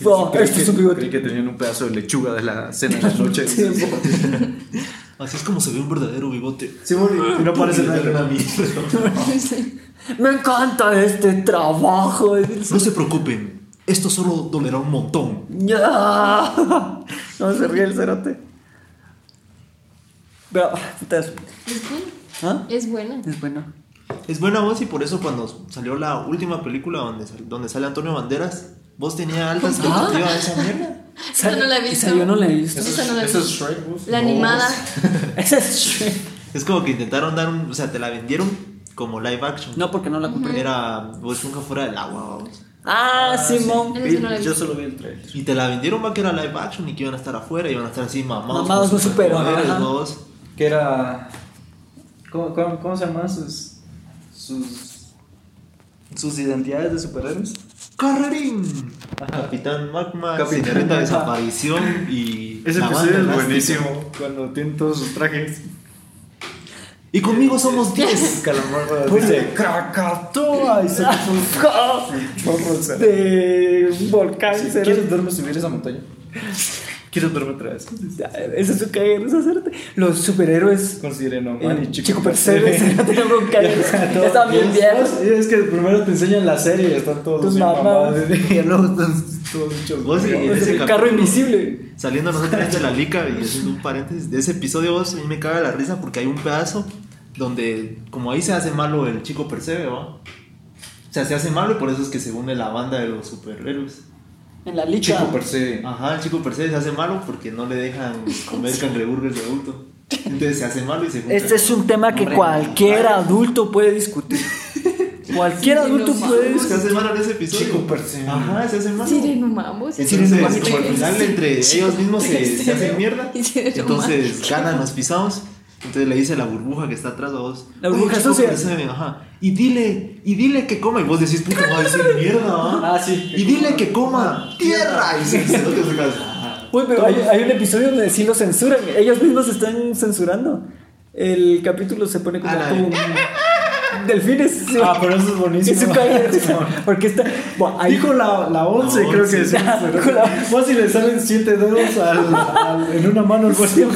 No, Creí este que- es un bigote. Creí que tenían un pedazo de lechuga de la cena de la noche. Sí, Simón, Así es como se ve un verdadero bigote. y no parece Y le dan nada. una mierda. Me encanta este trabajo. No se preocupen. Esto solo dolerá un montón. Ya. No se ríe el cerote. Pero, ah, putas. Es buena. ¿Ah? Es buena. Es bueno. Es buena voz y por eso cuando salió la última película donde, sal- donde sale Antonio Banderas, vos tenía alta expectativa de esa mierda. Esa no la he visto. Esa yo no la he visto. Eso Esa no la es- vi. eso es Shrek, vos. La No, animada. Esa es. Es como que intentaron dar un... O sea, te la vendieron como live action. No, porque no la compré. Era vos nunca fuera del agua, vamos. Ah, Simón. Esa no la he Yo visto. solo vi el trailer. Y te la vendieron más que era live action y que iban a estar afuera, iban a estar así mamados. Mamados con con superpoderes, superpoderes, ajá. vos. Que era. ¿Cómo, cómo, cómo se llamaban sus. sus. sus identidades de superhéroes? Carrerín. Capitán Magma, Capitán señorita Magma. desaparición y. Ese la episodio banda es elástica. buenísimo. Cuando tienen todos sus trajes. Y conmigo somos 10. Calamar dice. Krakatoa y se Ah. puso un Vamos a- De un volcán. Si cerote. ¿Quieres verme subir esa montaña? ¿Quieres verme otra vez? Ese es un caer, ese es cerote. Los superhéroes. Consideré no, man, eh, y Chico Percebe, Percebe. cerote, era un caer. Todos- Están bien viejos. Y Es que primero te enseñan la serie y están todos Tus bien mamás. mamados, y luego están todos muchos Vos y- Es el Ese carro capítulo. invisible. Saliendo nosotros de la lica y haciendo un paréntesis de ese episodio, vos, a mí me caga la risa porque hay un pedazo donde, como ahí se hace malo el chico Percebe, ¿va? O sea, se hace malo y por eso es que se une la banda de los superhéroes. En la licha. Chico Percebe. Ajá, el chico Percebe se hace malo porque no le dejan comer cangreburgers de adulto. Entonces se hace malo y se junta. Este es un tema que Hombre, cualquier madre. adulto puede discutir. Cualquier Sí, adulto no puede Se discutir. hace malo en ese episodio. Chico Percebe. Ajá, se hace malo. Sireno mamos. Entonces, Sireno como al final entre ellos mismos se, se hacen mierda. Y sireno Entonces mamo. ganan los pisados. Entonces le dice a la burbuja que está atrás de vos. La burbuja "Oye, chico, sucia". percebe, Ajá. Y dile, y dile que coma. Y vos decís, puta, va a decir mierda, ¿va? Ah, sí. Y dile que coma tierra. Y se se lo que se casa. Uy, pero hay, hay un episodio donde sí lo censuran. Ellos mismos se están censurando. El capítulo se pone como, Ah, la como de- un- delfines. Ah, pero eso es buenísimo. Es un caer. Porque está. Bueno, ahí- Dijo la, la 11, La creo once. que es. Dijo la- Vos si le salen 7 dedos al, al- en una mano pues, el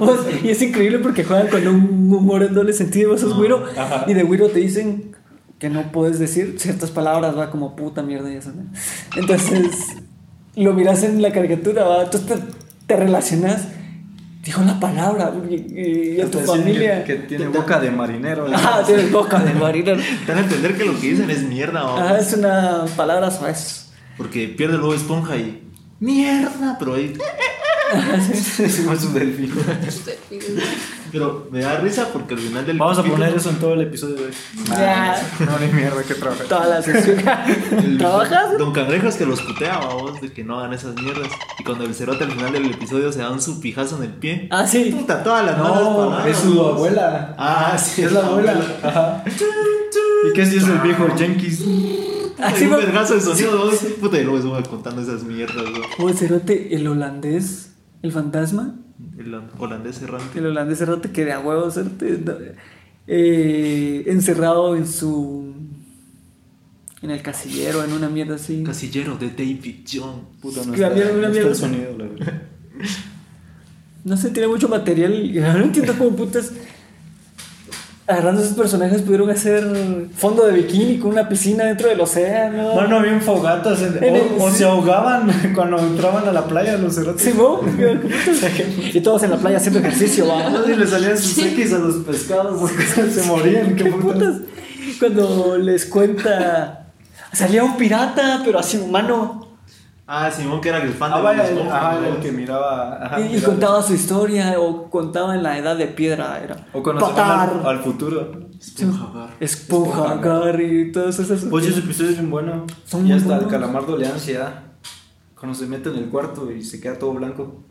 bolsillo. Y es increíble porque juegan con un humor en doble sentido. Vos sos güiro. Ajá. Y de güiro te dicen que no puedes decir ciertas palabras, va como puta mierda y eso. ¿no? Entonces, lo miras en la caricatura, va. Entonces te, te relacionas. Dijo la palabra. Y, y- y a tu familia. Que, que tiene boca de marinero. la- Ajá, tienes boca de marinero. Te van a entender que lo que dicen es mierda, ¿va? Ajá, es una palabra suave. Porque pierde luego esponja y. ¡Mierda! Pero ahí. Hicimos su delfín. Pero me da risa porque al final del. Vamos a capítulo- poner eso en todo el episodio de hoy. Ya. No, ni mierda, que trabajar. Toda la sesión. El- ¿Trabajas? Don Cangrejo es que los putea, babos, de que no hagan esas mierdas. Y cuando el cerote al final del episodio se da un su pijazo en el pie. Ah, sí. Puta, todas las malas No, palabras, es su babos. abuela. Ah, sí, Es la abuela. Ajá. ¿Y qué si es el viejo Jenkins? Así Así un me- vergazo de sonido, babos. Puta, y luego estuvo contando esas mierdas, babos. Joder, cerote, el holandés el fantasma, El holandés errante. el holandés errante que de a huevo hacerte, no, eh, encerrado en su. en el casillero, en una mierda así. Casillero de David Jones. Puta, no Que la está, mierda, no la está mierda. el sonido, la verdad. No sé, tiene mucho material. y No entiendo cómo putas. Agarrando esos personajes pudieron hacer fondo de bikini con una piscina dentro del océano. Mano, bien fogatas. en- En el- o, o sí. se ahogaban cuando entraban a la playa los cerotes. Sí, ¿no? Y todos en la playa haciendo ejercicio, va. Y le salían sus X a los pescados. se morían. ¿Qué putas? Cuando les cuenta. Salía un pirata, pero así humano. Ah, Simón, que era el fan Ah, de vaya, Bob el, Esponja, ajá, ¿no? el que miraba. ajá, Y, y miraba. contaba su historia, o contaba en la edad de piedra. Era O cuando se van al, patar, al futuro. Esponja, esponja, Gary, y todas esas. Pues Oye, ese episodio es bien bueno. Son y muy hasta buenos. el calamardo le da ansiedad. Cuando se mete en el cuarto y se queda todo blanco.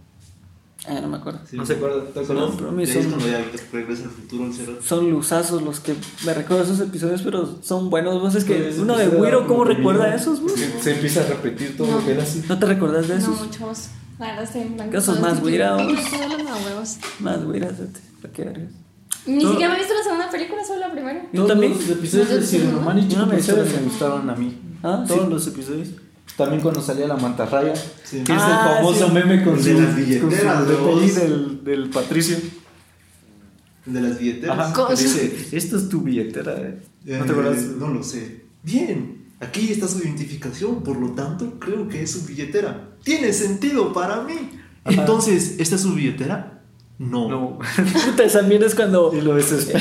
Ah, no me acuerdo. No se acuerda. ¿Te acuerdas? No, pero a mí y ahí es son- cuando ya regresa al futuro el cerote. Son luzazos los que me recuerdo esos episodios, pero son buenos. Vos es que Ese uno de episodio Wiro, era ¿cómo como recuerda miedo. esos? vos? Se, se empieza a repetir todo lo que era así. ¿No te recordás de No, esos? muchos. La verdad, estoy este en blanco. ¿Qué sos más güira, vos? No estoy hablando de huevos. Más Wiro, hacete, ¿para qué vergas? Ni Todo- siquiera me he visto la segunda película, solo la primera. Yo también. Los episodios de Ciro Román y Chico Yo no me Pizarro acuerdo. me gustaron a mí. Ah, Todos sí. los episodios. También cuando salía la mantarraya. Sí. Que es Ah, el famoso sí. meme con De su- las billeteras, con su ¿no? DPI del, del Patricio. El de las billeteras. Ajá, Con- que dice, esta es tu billetera. eh". ¿No te acuerdas? Eh, No lo sé. Bien, aquí está su identificación, por lo tanto creo que es su billetera. Tiene sentido para mí. Entonces, ¿esta es su billetera? No. No. Puta, esa mierda es cuando. Y lo desespera.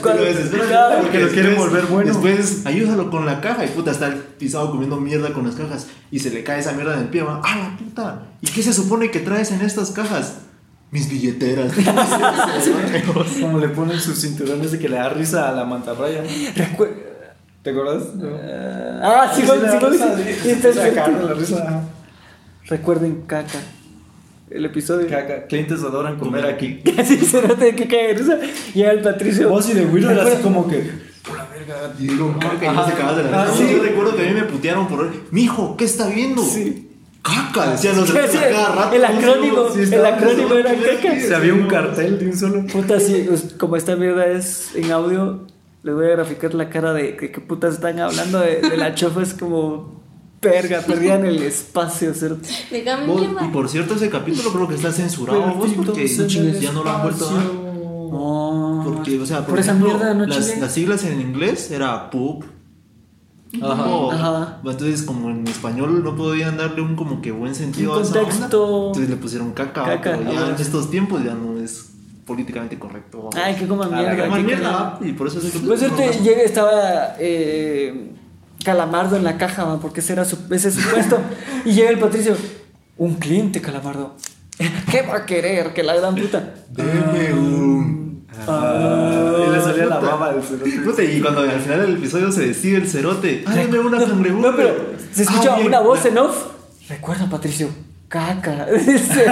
cuando- Pero es- espera, Claro, porque lo después- quieren volver bueno. Después, ayúdalo con la caja. Y puta, está el pisado comiendo mierda con las cajas. Y se le cae esa mierda en el pie. va, ¡Ah, la puta! ¿Y qué se supone que traes en estas cajas? Mis billeteras. Como le ponen sus cinturones de que le da risa a la mantarraya. Recu- ¿Te acuerdas? No. Ah, sí, le con- da sí, con- risa, sí. sí. Y entonces- Se agarra la risa. ajá. Recuerden caca. El episodio. Caca, clientes adoran comer aquí. Sí, se nota de que cae de risa. Y el Patricio. Vos y de Willow era así como que. Y digo, caca, y no se cagaba de la Ah, risa. sí. Yo recuerdo que a mí me putearon por. Mijo, ¿qué está viendo? Sí. Caca, decían los Sí, demás sí, a cada rato. el No sé, acrónimo, no, sí, el estaban acrónimo pensando, era ¿qué caca. es? Se había un cartel de un solo. Puta, sí, pues, como esta mierda es en audio, les voy a graficar la cara de que, que putas están hablando de, de la chofa. Es como. Perga, perdían el espacio, ¿cierto? Déjame Vos- mierda. y por cierto, ese capítulo creo que está censurado vos porque pues, chingues, ya no lo han vuelto a dar. No. Oh. Porque, o sea, por, por esa ejemplo, mierda no las, chingues. las siglas en inglés era poop. Poop. Ajá. Entonces, como en español no podían darle un como que buen sentido Un a esa onda, contexto. entonces le pusieron caca, Caca, pero ya ajá. en estos tiempos ya no es políticamente correcto. vamos. Ay, que coman A Ah, la mierda, cama, qué mierda. cagada. Y por eso es el Por capítulo. suerte llega, estaba eh, Calamardo en la caja, man, porque ese era su, ese es su puesto. y llega el Patricio, un cliente, Calamardo. ¿Qué va a querer? Que la gran puta. Deme un. Y le salía la puta. baba del cerote. Puta, y cuando al final del episodio se decide el cerote, ¡Ah, deme una cangreburger! No, pero se escucha Ah, bien. una voz en off. Recuerda, Patricio, caca. Dice,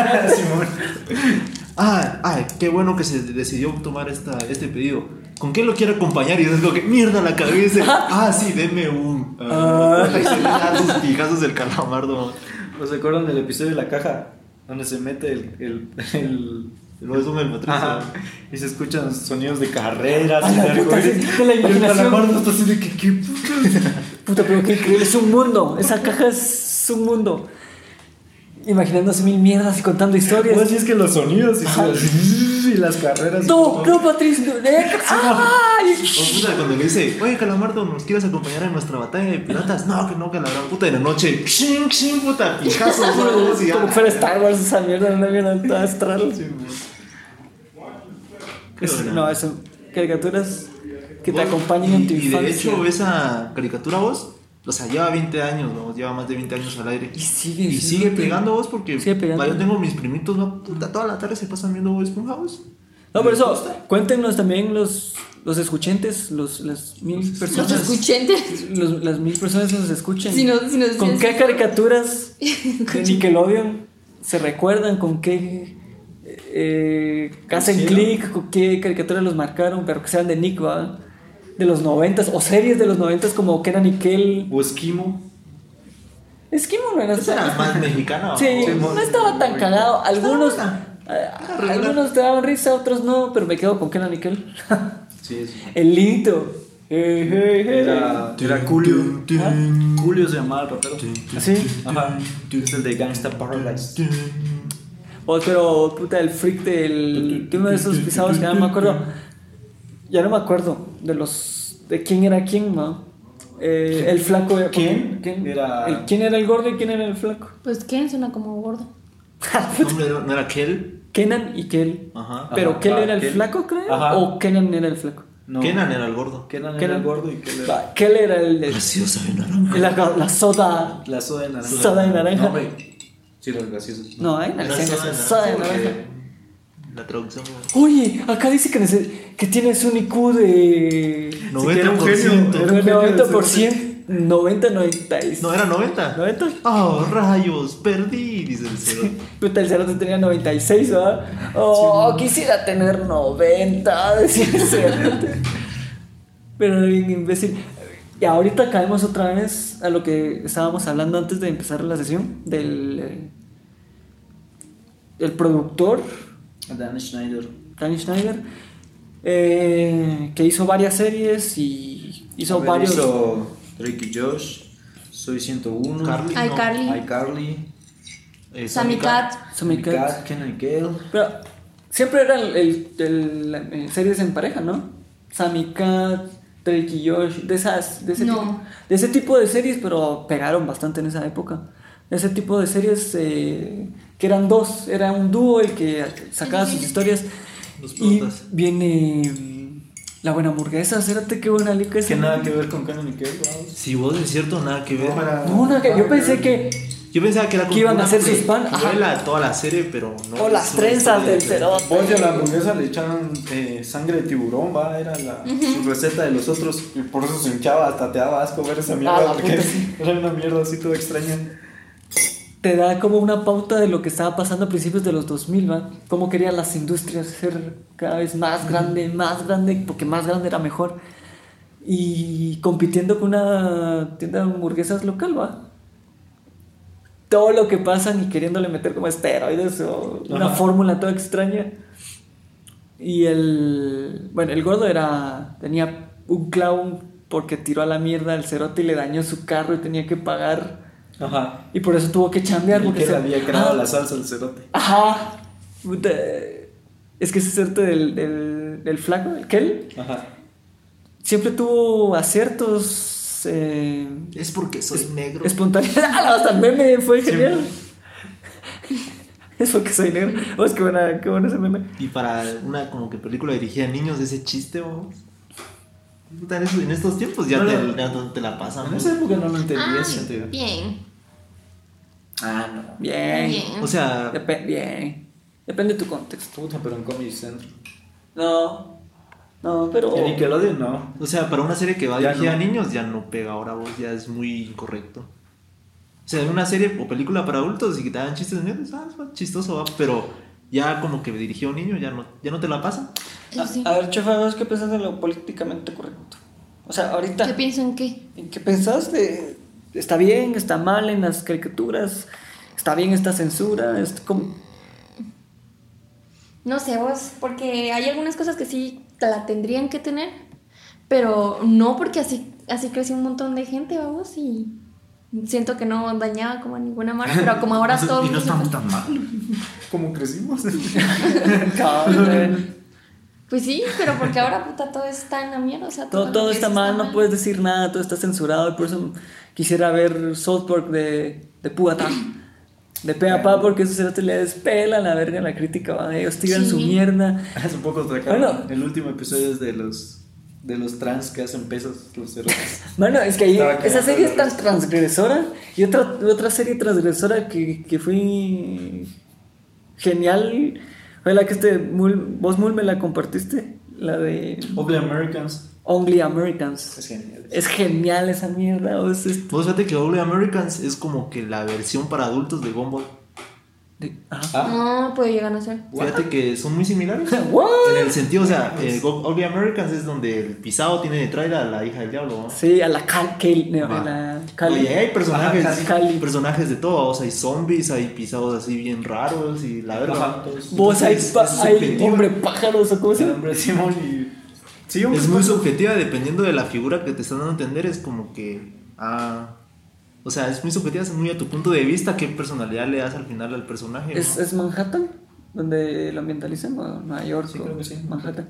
Ah, ah, qué bueno que se decidió tomar esta, este pedido. ¿Con qué lo quiere acompañar? Y es lo que, mierda, la cabeza. Ah, sí, deme un. Ah, y se le da sus pijazos del calamardo. ¿Os acuerdan del episodio de la caja? Donde se mete el. el, el- Lo es un el matriz. Ajá. Y se escuchan sonidos de carreras A y la de puta, arcoíris. sí, de la Y el imaginación. calamardo está así de que, ¿qué putas? Puta, pero qué increíble, es un mundo. Esa caja es un mundo. Imaginándose mil mierdas y contando historias. Pues sí, es que los sonidos y, las- y las carreras. y No, todo. no, Patricio. eh, ¡Ay! O puta, cuando le dice, oye, calamardo, ¿nos quieres acompañar en nuestra batalla de piratas? No, que no, que la gran puta de la noche. Ching, ching, puta, pijazos, huevos, y ya. Como fuera Star Wars, esa mierda, una mierda toda astral. Es- no, eso, caricaturas que te Vos- acompañen y- en tu Y infancia. de hecho, esa caricatura vos, o sea, lleva 20 años, ¿no? lleva más de 20 años al aire. Y sigue Y siendo sigue que- pegando vos porque Sigue pegando. va, yo tengo mis primitos, va, puta, toda la tarde se pasan viendo Bob Esponja vos. No, por ¿Les eso, gusta? cuéntenos también los, los escuchentes, los, las mil Los personas. escuchentes. los- las mil personas que nos escuchen. Si nos- si nos ¿Con dicen- qué caricaturas de Nickelodeon se recuerdan? ¿Con qué eh, hacen clic? ¿Con qué caricaturas los marcaron? Pero que sean de Nick, ¿va? De los noventas, o series de los noventas como que era Nickel. O esquimo. Esquimo no era Esa era más mexicana. ¿o? Sí, no estaba tan cagado. Algunos, buena. eh, Era regular. algunos te daban risa, otros no, pero me quedo con Kenan Nickel. Sí, sí. El lito. Hey, hey, hey. Era, era Julio. Julio se llamaba el rapero. ¿Ah, Así. Ajá. Es el de Gangsta Paradise. O Oh, pero puta el freak del de uno de esos pisados que ya no me acuerdo. Ya no me acuerdo de los de quién era quién, ¿no? Eh, el flaco era- ¿Quién? ¿quién? Era- el- quién era el gordo y quién era el flaco. Pues Ken suena como gordo. No, hombre, no, no era Kel. Kenan y Kel. Ajá. Pero Ajá, Kel ah, era el Kel. flaco, creo, Ajá. o Kenan era el flaco. No. Kenan era el gordo. Kenan era Kenan. el gordo y Kenan era Va, Kel era el, el- Graciosa de naranja. la, la soda, la soda de naranja. soda de naranja. No, eh. No, hombre. Sí, los graciosos. hay Era naranja, soda, de porque naranja. La traducción. Oye, acá dice que, nece- que tienes un IQ de era un 90%. genio. Era un genio de 90%, 90, 96. No, era 90. 90. Oh, rayos, perdí, dice el cero. Puta, el cerote tenía 96, ¿verdad? Oh, quisiera tener 90, decía el cerote. Pero era bien imbécil. Y ahorita caemos otra vez a lo que estábamos hablando antes de empezar la sesión del eh, el productor Dan Schneider. Danny Schneider eh, que hizo varias series y hizo A ver, varios Hizo Ricky Josh. Soy 101. Carly. Ay, no. Carly. iCarly. Eh, Sammy Cat. Sonic Cat. Cat, Kenan Gale. Pero siempre eran el, el- la- eh, series en pareja, ¿no? Sammy Cat, Drake y Josh, de esas, de ese, No. tipo, de ese tipo de series, pero pegaron bastante en esa época. Ese tipo de series eh, que eran dos, era un dúo el que sacaba sus historias. Los Y protas. viene mm, la buena hamburguesa, espérate qué buena lica es. Que nada que ver con Kenan Gale. wow. Si vos es cierto, nada que ver. No, no, que yo pensé que Yo pensaba que era como Que iban a una hacer sus pan, ajá. precuela de toda la serie, pero no. o las es una trenzas historia del diferente. cerote. Pollo a la hamburguesa le echaron eh, sangre de tiburón, va, era la su receta de los otros y por eso se hinchaba, hasta te daba asco ver esa mierda Ah, la porque puta, sí. era una mierda así toda extraña. te da como una pauta de lo que estaba pasando a principios de los 2000, ¿va? Cómo querían las industrias ser cada vez más grande, más grande, porque más grande era mejor. Y compitiendo con una tienda de hamburguesas local, ¿va? Todo lo que pasan y queriéndole meter como esteroides o una Ajá. fórmula toda extraña. Y el. Bueno, el gordo era. Tenía un clown porque tiró a la mierda al cerote y le dañó su carro y tenía que pagar. Ajá. Y por eso tuvo que chambear Y porque que le se había creado Ah, la salsa al cerote. Ajá. Puta, Es que ese cierto del, del, del flaco, el Kel, Ajá. siempre tuvo aciertos eh, Es porque soy negro. espontáneos. ¡Ah, la hasta el meme! Fue genial. es porque soy negro. Oh, es que buena, qué bueno ese meme. Y para una como que película dirigida a niños, ese chiste, vos. Puta, en esos- En estos tiempos ya, No, te, no. ya no te la pasan. En ¿no? esa época no lo entendí Ah. Ay, eso, tío. bien. Ah, no. Bien. Bien. O sea, Depe- bien. Depende de tu contexto. Puta, pero en Comedy Central. No. No, pero. En Nickelodeon no. o sea, para una serie que va Ya dirigida no. a niños ya no pega ahora vos, ya es muy incorrecto. O sea, en una serie o película para adultos y que te dan chistes negros, ah, es chistoso, va, pero ya como que dirigido a un niño ya no, ya no te la pasan. Eso sí. A, a ver, chefa, ¿vos ¿qué pensás de lo políticamente correcto? O sea, ahorita. ¿Qué pienso en qué? ¿En qué pensás? de- ¿Está bien? ¿Está mal en las caricaturas? ¿Está bien esta censura? ¿Es como- No sé, vos, porque hay algunas cosas que sí te la tendrían que tener, pero no porque así, así creció un montón de gente, vamos, y siento que no dañaba como a ninguna marca, pero como ahora todo... Y no estamos tan mal. ¿Cómo crecimos? Cabrón. Pues sí, pero porque ahora puta todo está en la mierda, o sea, todo, lo todo que está es mal, no puedes decir nada, todo está censurado. Y por eso quisiera ver South Park de, de Pugatá. De pe a pa, porque esos cerotes le despelan la verga la crítica, ¿va? ellos tiran su Sí. mierda. Hace poco sacaron Bueno. el último episodio es de los de los trans que hacen pesas los cerotes. Bueno, es que ahí- Estaba esa cagando serie de es tan risa. transgresora y otra, otra serie transgresora que, que fue genial fue la que este Mul- vos Mul me la compartiste, la de Of the Americans. Only Americans. Es genial. Es genial esa mierda, o sea, es- Pues, Vos fíjate que Double Americans es como que la versión para adultos de Gumball. De- ah. Ah, No, pues llegan a ser. fíjate que son muy similares. What? En el sentido, o sea, eh, Go- Ugly Americans es donde el pisado tiene de traer a la hija del diablo. ¿no? Sí, a la Cal, Kel- no, Va. a la Cali. Oye, hay personajes, Ajá, Cali. personajes de todo, o sea, hay zombies, hay pisados así bien raros y la verdad. Vos hay, Entonces, pa- es hay subjetivo. hombre pájaros o cómo se El llama. hombre Simón y. Sí, hombre, Es muy pues, subjetiva dependiendo de la figura que te están dando a entender, es como que ah o sea, es muy subjetiva, es muy a tu punto de vista qué personalidad le das al final al personaje. ¿no? ¿Es, es Manhattan, donde lo ambientalicen, o Nueva York, o creo que sí. Manhattan.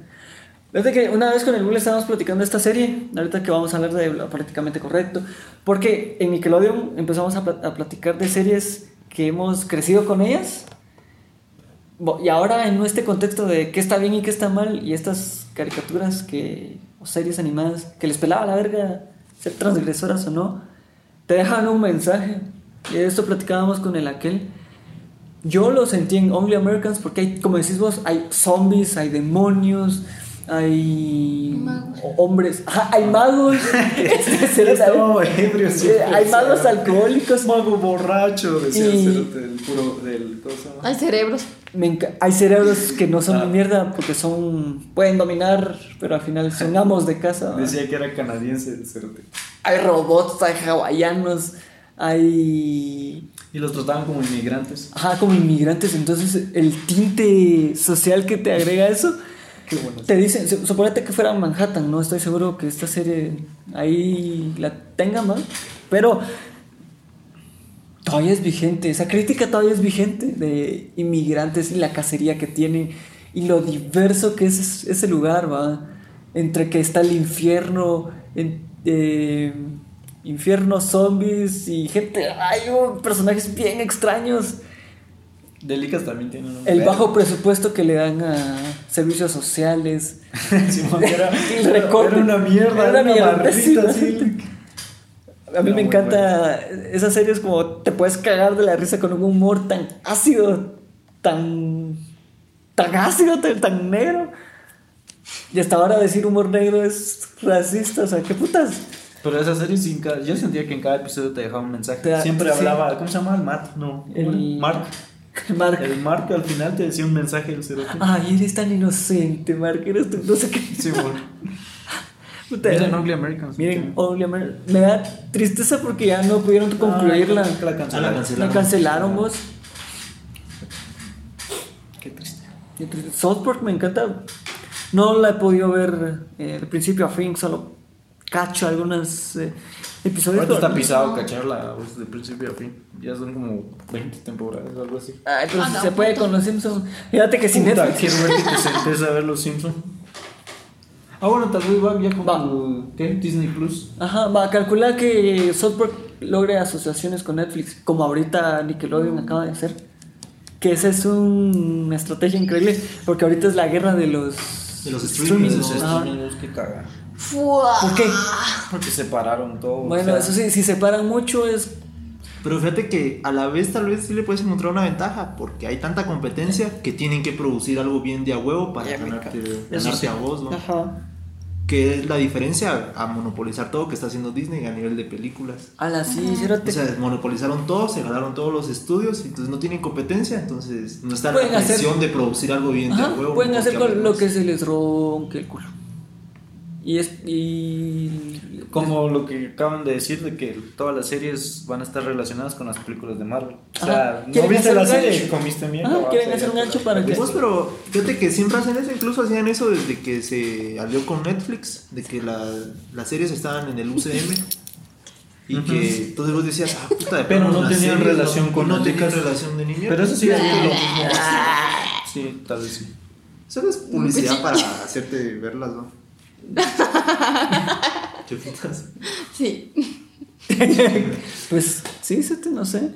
Fíjate que una vez con el Google estábamos platicando de esta serie, ahorita que vamos a hablar de lo prácticamente correcto, porque en Nickelodeon empezamos a, pla- a platicar de series que hemos crecido con ellas, Bo- y ahora en este contexto de qué está bien y qué está mal, y estas caricaturas que, o series animadas que les pelaba la verga ser transgresoras o no, te dejan un mensaje. Y de esto platicábamos con el aquel. Yo lo sentí en Only Americans porque hay, como decís vos, hay zombies, hay demonios, hay Magos. o- hombres, ajá, hay magos, Este, cerote, Estaba ebrio siempre, hay magos o sea. alcohólicos, mago borracho, decía Y- Ah, el cerote, del puro. Del, ¿Cómo se llama? Hay cerebros. Me enca- hay cerebros que no son Ah. mierda porque son pueden dominar, pero al final son amos de casa. ¿va? Decía que era canadiense el cerote. Hay robots, hay hawaianos, hay Y los trataban como inmigrantes. ajá, como inmigrantes, entonces el tinte social que te agrega eso Qué bueno. te dicen, su- suponete que fuera Manhattan, no estoy seguro que esta serie ahí la tenga más, pero todavía es vigente, esa crítica todavía es vigente de inmigrantes y la cacería que tienen y lo diverso que es es- ese lugar, va, entre que está el infierno, en- eh, infierno zombies y gente, hay personajes bien extraños. Delicas también tienen un. El verbo. bajo presupuesto que le dan a servicios sociales. Simón, era, El recorte. era una mierda, Era era una una, mierda, sí, barrita así. A mí Era me muy encanta esas series como te puedes cagar de la risa con un humor tan ácido, tan tan ácido, tan, tan negro. Y hasta ahora decir humor negro es racista, o sea, qué putas. Pero esa serie, sin ca- yo sentía que en cada episodio te dejaba un mensaje. Te da- Siempre sí. hablaba, ¿cómo se llama? El Matt, no. ¿cómo era? El- Mark. Mark, El Mark al final te decía un mensaje del cerote. ay, eres tan inocente, Mark, eres tú, no sé qué. Sí, bueno. Puta, Miren Ugly Americans. Miren, Only Amer- me da tristeza porque ya no pudieron concluirla. Ah, la Ah, la cancelaron. cancelaron. La cancelaron vos. Qué triste. Qué triste. South Park me encanta. No la he podido ver eh, de principio a fin, solo cacho algunos eh, episodios. Ahorita está pero- pisado cacharla pues, de principio a fin. Ya son como 20 temporadas o algo así. Ay, pero Ah, si no, se puede puto. con los Simpsons. Fíjate que sin Puta, Netflix. quiero ver que te sentes a ver los Simpsons. Ah, bueno, tal vez va ya con Va. tu- ¿qué? Disney Plus. Ajá, va a calcular que South Park logre asociaciones con Netflix, como ahorita Mm. Nickelodeon acaba de hacer. Que esa es un- una estrategia increíble, porque ahorita es la guerra de los, De los streamings, streamings, ¿no? Estados Unidos, qué caga. Fua. ¿Por qué? Ah. Porque separaron todo. o Bueno, sea, eso sí, si separan mucho es Pero fíjate que a la vez tal vez sí le puedes encontrar una ventaja porque hay tanta competencia que tienen que producir algo bien de a huevo para ganarte, ganarte a vos, ¿no? Que es la diferencia a monopolizar todo que está haciendo Disney a nivel de películas. a la sí, O cerote. sea, monopolizaron todo, se ganaron todos los estudios, entonces no tienen competencia, entonces no está Pueden la hacer- presión de producir algo bien de Ajá, a huevo. pueden ¿no? hacer Porque con lo además- que se les ronque el culo. Y es y Como lo que acaban de decir de que todas las series van a estar relacionadas con las películas de Marvel. O Ajá. sea, no ¿Quieren viste hacer la un serie, gancho? comiste mierda. Ajá, va, quieren o sea, ya hacer un te la- gancho para que- Pues, pero fíjate que siempre hacen eso, incluso hacían eso desde que se alió con Netflix, de que la- las series estaban en el UCM. Y que entonces vos decías, ah, puta de Pero plano, no las tenían series relación no- con No tenían Netflix. relación de niño. Pero eso sí es lo mismo. Sí, tal vez sí. Solo es publicidad para hacerte verlas, ¿no? ¿Qué putas? Sí. pues sí, cerote, no sé.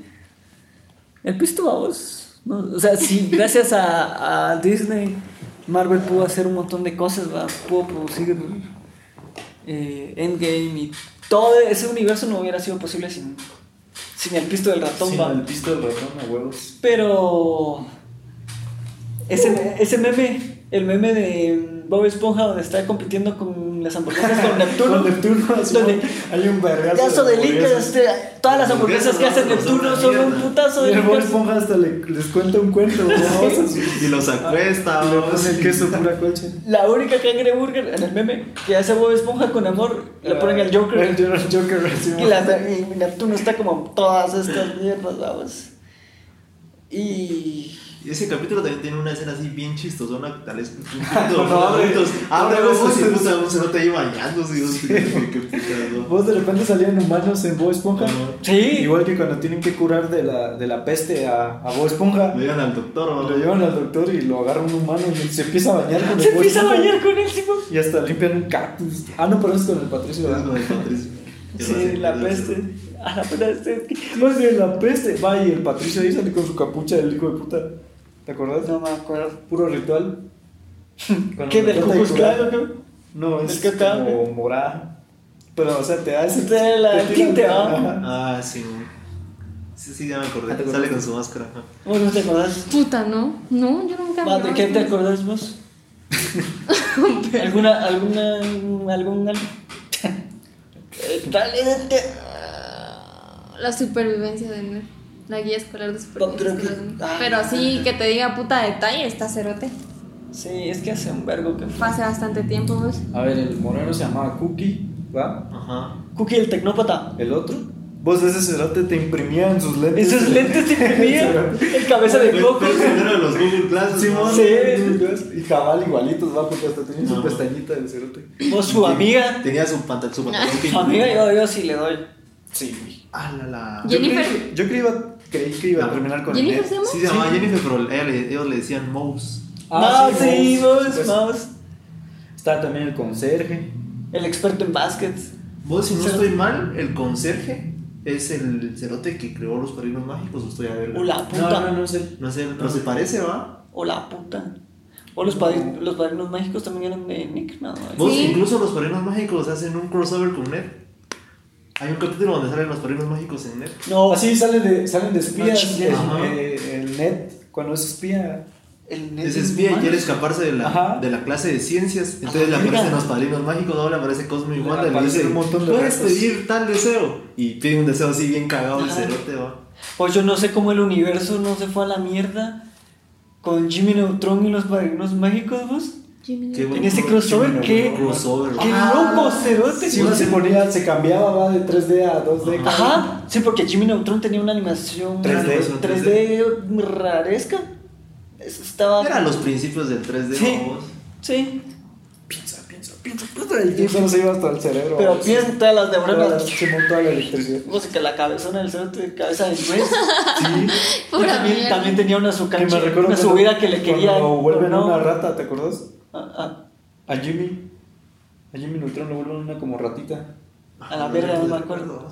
El pisto vamos. No, o sea, sí, gracias a, a Disney, Marvel pudo hacer un montón de cosas, ¿va? pudo producir eh, Endgame y todo ese universo no hubiera sido posible sin, sin el pisto del ratón. Sí, ¿va? el pisto del ratón a huevos. Pero ese, ese meme, el meme de Bob Esponja donde está compitiendo con las hamburguesas con Neptuno. Con Neptuno, sí, Donde- Hay un vergazo. Pedazo de liga, hamburguesas. este, todas las hamburguesas que hace Hamburguesas, no, Neptuno son son una un mierda. putazo Y de el Bob ligas. Esponja hasta le- les cuenta un cuento. babosas, y Y los acuesta, Ah, Le vamos. pone el queso pura colcha. La única cangreburger en el meme que hace Bob Esponja con amor, le ponen al El Joker. Joker, sí, Y, la- y Neptuno está como todas estas mierdas, vamos. Y. Y ese capítulo también tiene una escena así bien chistosona, tal vez. Cuando abre- Abre abre los ojos y ojos. puta, un cerote ahí bañándose. Y dos, qué putas, ¿no? Vos de repente salían humanos en Bob Esponja. Ajá. Sí. Igual que cuando tienen que curar de la, de la peste a, a Bob Esponja. Lo llevan al doctor, ¿no? Lo llevan al doctor y lo agarra un humano y se empieza a bañar con el Se Bob empieza a Esponja. bañar con él, tipo. Y hasta limpian un cactus. Ah, no, pero es con el Patricio. Es ¿verdad? como el Patricio. Que lo Sí, hace- la lo hace- peste. A la peste. Más de la peste. Va y el Patricio ahí sale con su capucha del hijo de puta. ¿Te acordás? No me acuerdo. Puro ritual. Cuando ¿Qué lo del trata de Cucus curar. Clan, ¿no? No, es Es que acá- como morada. Pero, o sea, te da ese. Te da la- el tira- tinte, ¿va? Ajá. Ah, sí, güey. Sí, sí, ya me Ah, ¿te acordé. acuerdas? Sale con su máscara. ajá. ¿Vos no te acordás? Puta, ¿no? No, yo nunca Va, ¿De miraba qué te eso. acordás vos? ¿Alguna, alguna, algún, algo? Eh, Dale, dale. La supervivencia de Ner. La guía escolar de supervivencia. creo que- escolar de Ner. ah. Pero así que te diga puta detalle, está cerote. Sí, es que hace un vergo que fue. Pase bastante tiempo, pues. A ver, el moreno se llamaba Cookie, ¿va? Ajá. Cookie el tecnópata. El otro. Vos de ese cerote te imprimían sus lentes. Esos lentes te imprimían el cabeza de Fue- coco. fue el primero de los Google Classes. ¿no? Simón, Sí. y cabal igualitos, va, porque hasta tenía su Ajá. pestañita del cerote. Vos su amiga. Tenía su pantalón, su pantalón que- Su amiga yo, yo sí le doy. Sí. Ah, la, la. Yo- Jennifer. Creí, yo creí, iba, creí que iba a No. terminar con Jennifer el se llama. Sí, se llamaba Jennifer, pero ella le- ellos le decían Mouse. Ah, sí, vos, vos, pues, vos. Está también el conserje. El experto en baskets. Vos, si no Cerote. estoy mal, el conserje es el cerote que creó los padrinos mágicos, o estoy a ver. O la No, puta. no, no sé. No sé, pero se parece, ¿va? O la puta. O los, padri- los padrinos mágicos también eran de Nick, ¿no? Vos, Sí. incluso los padrinos mágicos hacen un crossover con Ned. Hay un capítulo donde salen los padrinos mágicos en Ned. No, Ah, Así salen Ah, de, salen de No espías. chingues. Ajá. eh, el net, cuando es espía. el Nick Es espía y quiere escaparse de Ajá. la, de la clase de ciencias. Entonces Ah, le aparecen mira. los padrinos mágicos, ahora le aparece Cosmo y Le Wanda y le aparecen dice: un montón de Puedes retos". pedir tal deseo. Y pide un deseo así bien cagado el Ajá. cerote, ¿va? Pues yo no sé cómo el universo no se fue a la mierda con Jimmy Neutron y los padrinos mágicos, vos. Jimmy. Qué En ese bonito, crossover, chino, qué, crossover, qué ¿va? loco, cerote. Si uno se ponía, se cambiaba, va de 3D a 2D. Ajá, sí, porque Jimmy Neutron tenía una animación 3D, 3D, 3D raresca. Es- Estaba. Era los principios del 3D, Sí. vamos. Sí. Y solo se iba hasta el cerebro. Pero va, piensa en todas las de toda la- Brandon. Se montó la electricidad. Música, la cabezona del cerote de cabeza de nuez. Pura también, mierda. también tenía una su Que me cancha- recuerdo una cuando- subida que le quería. Cuando vuelven ¿no? una rata, ¿te acordás? A, A Jimmy. A Jimmy Neutron lo vuelven una como ratita. a- a la verga, no me acuerdo.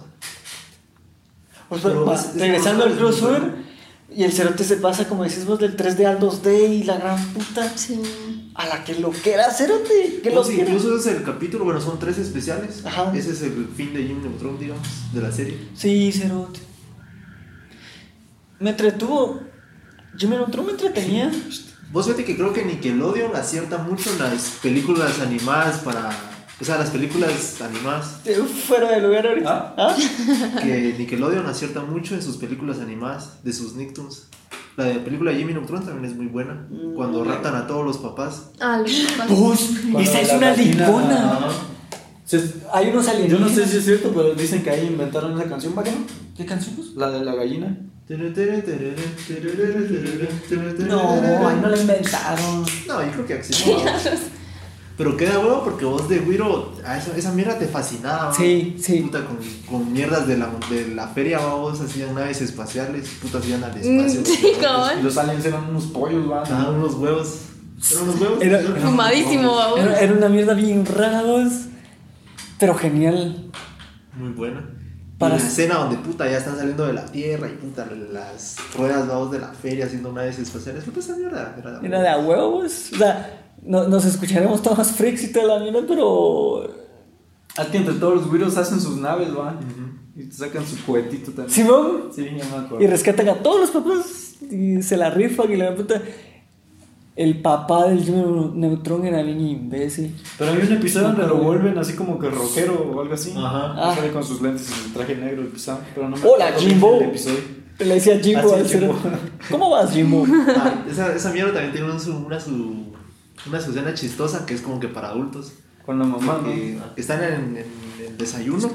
O sea, Pero va, es- es regresando al crossover, crossover, es muy y el cerote se pasa, como decís vos, del 3D al 2D y la gran puta. Sí. A la que loquera, cerote. Que Pues, loquera. incluso es el capítulo, bueno, son tres especiales. Ajá. Ese es el fin de Jim Neutron, digamos, de la serie. Sí, cerote. Me entretuvo. Jimmy Neutron me entretenía. Vos fíjate que creo que Nickelodeon acierta mucho en las películas animadas para. O sea, las películas animadas. Eh, Fuera de lugar ahorita. ¿Ah? Que Nickelodeon acierta mucho en sus películas animadas, de sus Nicktoons. La de película de Jimmy Neutron también es muy buena. Mm, Cuando raptan a todos los papás. Ah, lo que pasa. Vos, esa es una limona limona. Hay unos Yo alienígenas. no sé si es cierto, pero dicen que ahí inventaron esa canción, ¿va que no? ¿Qué canciones? La de la gallina. No, ahí no la inventaron. No, yo creo que acceso. Pero queda huevo porque vos de Wiro, a esa, esa mierda te fascinaba. ¿va? Sí, sí. Puta, con, con mierdas de la, de la feria, ¿va? vos hacían naves espaciales, putas iban al espacio. Mm, Sí, ¿va? cabrón. Y los aliens eran unos pollos, va. Ah, unos huevos. Eran unos huevos. Era- Fumadísimo, Era, babos. era una mierda bien rara, vos, Pero genial. Muy buena. Para- Para la escena donde puta ya están saliendo de la tierra y puta las ruedas vamos de la feria haciendo naves espaciales. Puta esa mierda. Era de Era de a huevos. O sea, no- nos escucharemos todos freaks y toda la mierda, pero. Es que entre todos los güiros hacen sus naves, va. Y te sacan su juguetito también. Simón. Sí, ya me acuerdo. Y rescatan a todos los papás. Y se la rifan y la puta. el papá del Jimmy Neutron era bien imbécil. Pero hay un episodio donde lo vuelven así como que rockero o algo así. Ajá. Ah. Y Sale con sus lentes y su traje negro el pisado. Pero no me Hola, acuerdo bien Jimbo. del episodio. Le decía Jimbo Así al es, cero. Jimbo. ¿Cómo vas, Jimbo? Ah, esa, esa mierda también tiene una su, una su una su escena chistosa que es como que para adultos. Con la mamá, ¿no? que están en, en el desayuno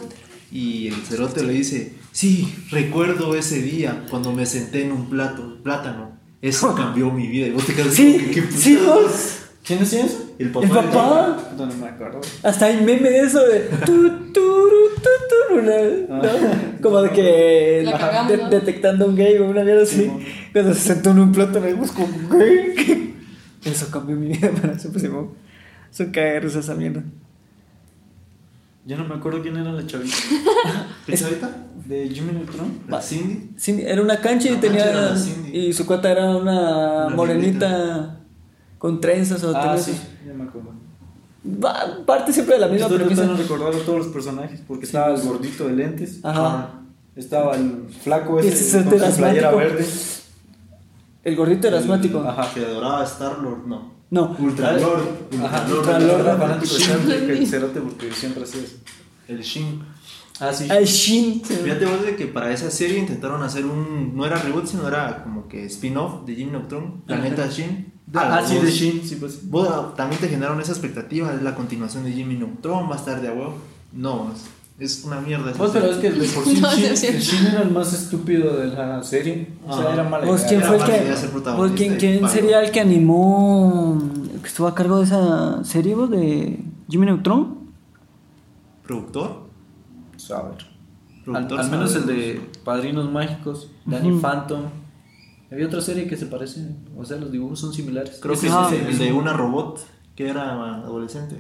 y el cerote le dice, sí, recuerdo ese día cuando me senté en un plato, plátano. Eso cambió mi vida. Y vos te quedas como que, Sí, "¿Qué sí, putas?". vos. ¿Quién decía eso? El papá. El del- papá. No, no me acuerdo. Hasta hay meme de eso de tu, turu, tu, turu, ¿no? ¿no? Como de que La cagamos, de- ¿no? detectando un gay o una mierda así. Cuando se sentó en un plato me busco un gay. ¿qué? Eso cambió mi vida para siempre. Simón. Eso cae de risa esa mierda. Yo no me acuerdo quién era la chavita. ¿Es ahorita? ¿De Jimmy Neutron? ¿La Cindy? Cindy- era una cancha y La tenía. cancha era la Cindy. y su cuata era una, Una morenita con trenzas o Ah, trenzas. sí, ya me acuerdo. Va- parte siempre de la misma Estoy premisa. tratando de recordar a todos los personajes porque estaba el gordito de lentes. Ah. Ajá. Estaba el flaco Ese ese es con el su playera asmático. verde. El gordito era asmático. Ajá. Ah, Que adoraba Star Lord, no. No. Ultra Lord. Ajá, Ultra no, Lord. no, no, era fanático de El Shin. Shrek, que el cerote porque siempre hacía eso. El Shin. Ah, sí. Al Shin. Fíjate vos de que para esa serie intentaron hacer un. No era reboot, sino era como que spin-off de Jimmy Neutron, Planeta Shin. Ah, ah, sí, Vos- de Shin, sí, pues. Vos ah, también te generaron esa expectativa, es la continuación de Jimmy Neutron, más tarde a huevo. No, es- es una mierda. esa Vos, Pues, pero es serie. que de por sí No, Shin, sí, sí. el Shin era el más estúpido de la serie. O sea, Ajá. era mala ¿Vos Pues, idea. quién era fue el más que.? idea ser protagonista vos quién, de quién Pablo. sería el que animó. que estuvo a cargo de esa serie vos, de Jimmy Neutron? ¿Productor? Saber. Al, Productor al menos el sabe. de Padrinos Mágicos, Danny Ujú. Phantom. Había otra serie que se parece, o sea, los dibujos son similares. Creo Ese que es es el, el de una robot que era adolescente.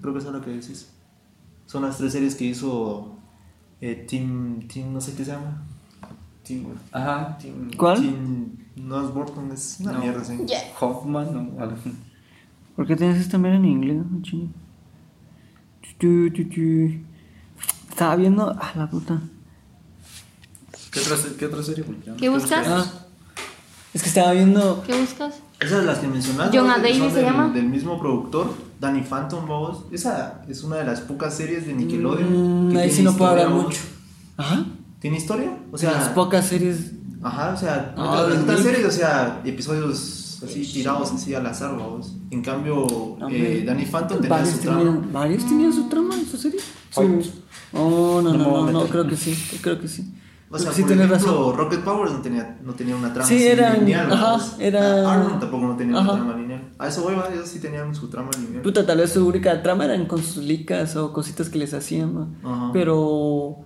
Creo que eso es lo que decís. Son las tres series que hizo eh, Team. Team, no sé qué se llama. Tim- Ajá, Tim ¿Cuál? Team. No es Burton, es una No. mierda, sí. Ya. Hoffman o algo. ¿Por qué tienes esto también en inglés? chinga? Tu, tu, tu. Estaba viendo. Ah, la puta. ¿Qué otra, se- qué otra serie? Porque ya no ¿Qué creo buscas? que- Ah, es que estaba viendo. ¿Qué buscas? Esas las que mencionaste. Jonah que son Davis se del, llama. Del mismo productor, Danny Phantom, vamos. Esa es una de las pocas series de Nickelodeon. Mm, que ahí tiene sí no puedo historia, hablar vamos. mucho. Ajá. ¿Tiene historia? O O sea, sea, las pocas series. Ajá, o sea, No, otras- del otras Nick. series, o sea, episodios así tirados así al azar, vamos. En cambio, eh, hombre, Danny Phantom tenía varios su trama. tenían- Varios tenían su trama en su serie. Oye. Su- Oh, no, no, No me voy a no, no, meter. creo que sí. Creo que sí. O Creo sea, que sí por tenés ejemplo, razón. Rocket Power no tenía, no tenía una trama Sí, así eran- lineal. ajá, vamos. era- Arnold tampoco no tenía ajá. Pues- una trama lineal. A eso voy, va, ellos sí tenían su trama lineal. Puta, tal vez su única trama eran con sus licas o cositas que les hacían, ¿no? Ajá. Pero